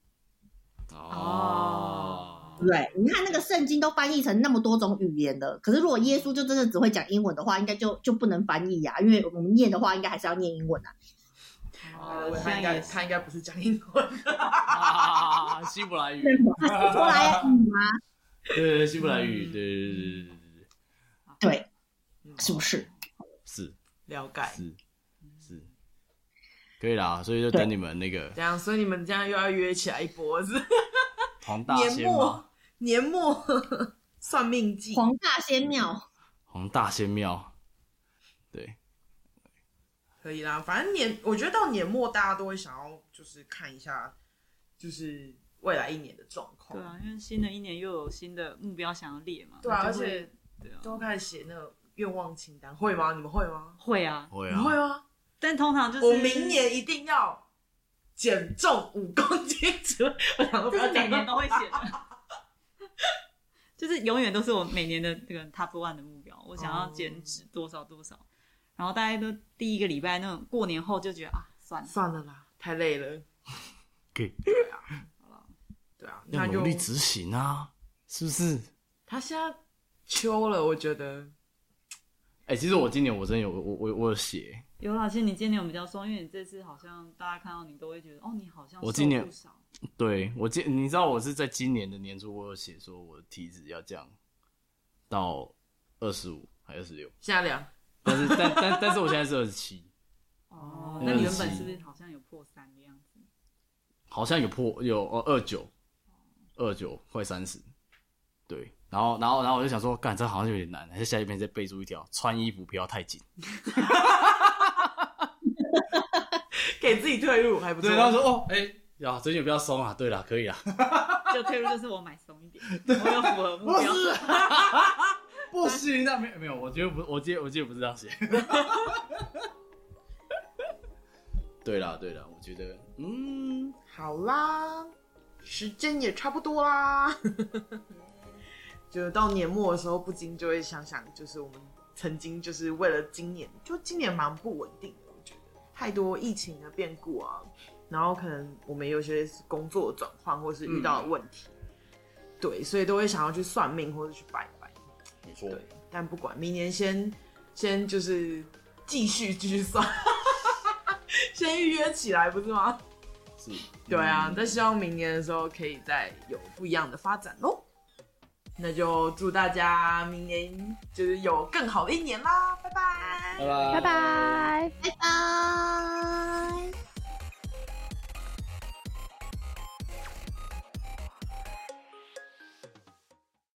[SPEAKER 4] 哦
[SPEAKER 1] 对不对，你看那个圣经都翻译成那么多种语言的，可是如果耶稣就真的只会讲英文的话，应该就就不能翻译呀、因为我们念的话应该还是要念英文啊。
[SPEAKER 5] 哦
[SPEAKER 3] 呃
[SPEAKER 5] 好
[SPEAKER 3] 他
[SPEAKER 5] 像
[SPEAKER 3] 应该
[SPEAKER 5] 也是
[SPEAKER 3] 他应该不是讲英文，
[SPEAKER 4] 啊，希伯来语，
[SPEAKER 1] 啊嗯希伯来语吗？
[SPEAKER 4] 对对对，希伯来语，对对对对对对，
[SPEAKER 1] 对，是不是？
[SPEAKER 4] 是
[SPEAKER 3] 了解。
[SPEAKER 4] 是是，可以啦，所以就等你们那个
[SPEAKER 3] 这样，所以你们这样又要约起来一波 是不是？
[SPEAKER 4] 黄大
[SPEAKER 3] 年
[SPEAKER 4] 仙嘛，
[SPEAKER 3] 末年末 算命记，
[SPEAKER 1] 黄大仙庙，
[SPEAKER 4] 黄大仙庙，对，
[SPEAKER 3] 可以啦，反正年，我觉得到年末大家都会想要就是看一下，就是未来一年的状况。
[SPEAKER 5] 对啊，因为新的一年又有新的目标想要列嘛。
[SPEAKER 3] 对啊，
[SPEAKER 5] 那
[SPEAKER 3] 而
[SPEAKER 5] 就会
[SPEAKER 3] 且
[SPEAKER 5] 对啊，
[SPEAKER 3] 都开始写那个愿望清单，会吗？你们会吗？
[SPEAKER 5] 会啊，
[SPEAKER 4] 会
[SPEAKER 3] 你会
[SPEAKER 4] 啊，
[SPEAKER 3] 吗？
[SPEAKER 5] 但通常就是
[SPEAKER 3] 我明年一定要减重五公斤， 我想说不
[SPEAKER 5] 这
[SPEAKER 3] 要
[SPEAKER 5] 是每
[SPEAKER 3] 讲
[SPEAKER 5] 年
[SPEAKER 3] 到
[SPEAKER 5] 都会写的， 就是永远都是我每年的这个 top one 的目标，我想
[SPEAKER 3] 哦
[SPEAKER 5] 要减脂多少多少，然后大家都第一个礼拜那种过年后就觉得啊，算了，
[SPEAKER 3] 算了啦，太累了。
[SPEAKER 4] 可以，
[SPEAKER 3] 对啊，那
[SPEAKER 4] 要
[SPEAKER 3] 就
[SPEAKER 4] 努力执行啊，是不是？
[SPEAKER 3] 他现在秋了，我觉得
[SPEAKER 4] 哎，其实我今年我真的有我我我有写，
[SPEAKER 5] 有老师，你今年有比较松，因为你这次好像大家看到你都会觉得哦，你好像
[SPEAKER 4] 我今年
[SPEAKER 5] 瘦不少，
[SPEAKER 4] 对我今你知道我是在今年的年初，我有写说我的体脂要降到二十五还二十六，
[SPEAKER 3] 现在两
[SPEAKER 4] 但是但但但是我现在是二十七，
[SPEAKER 5] 哦
[SPEAKER 3] 哦，
[SPEAKER 5] 那你
[SPEAKER 4] 二
[SPEAKER 5] 原
[SPEAKER 4] 十
[SPEAKER 5] 本
[SPEAKER 4] 七
[SPEAKER 5] 是不是好像有破三的样子？
[SPEAKER 4] 好像有破有哦二九二九快三十，对，然后然后然后我就想说，干这好像有点难，还是下一篇再备注一条，穿衣服不要太紧。
[SPEAKER 3] 给自己退路还不错
[SPEAKER 4] 对，。然后说哦，哎、呀，最近比较松啊，对啦，可以啦，
[SPEAKER 5] 就退路就是我买松一点，我有符合目
[SPEAKER 4] 嗯不
[SPEAKER 5] 标。
[SPEAKER 4] 是， 不行，那没有没有，我觉得不，我记得我记得不是这 样写。对啦对啦，我觉得嗯，
[SPEAKER 3] 好啦，时间也差不多啦， 就到年末的时候，不禁就会想想，就是我们曾经就是为了今年，就今年蛮不稳定的，我觉得太多疫情的变故啊，然后可能我们有些是工作转换或是遇到的问题，对，所以都会想要去算命或者去拜拜，
[SPEAKER 4] 没错
[SPEAKER 3] 对，但不管，明年先先就是继续继续算， 先预约起来不是吗？
[SPEAKER 4] 是，
[SPEAKER 3] 对啊
[SPEAKER 4] 嗯，
[SPEAKER 3] 但希望明年的时候可以再有不一样的发展喽。那就祝大家明年就是有更好的一年啦，拜拜
[SPEAKER 4] 嗯
[SPEAKER 2] 拜
[SPEAKER 4] 拜拜
[SPEAKER 2] 拜。
[SPEAKER 1] 拜拜。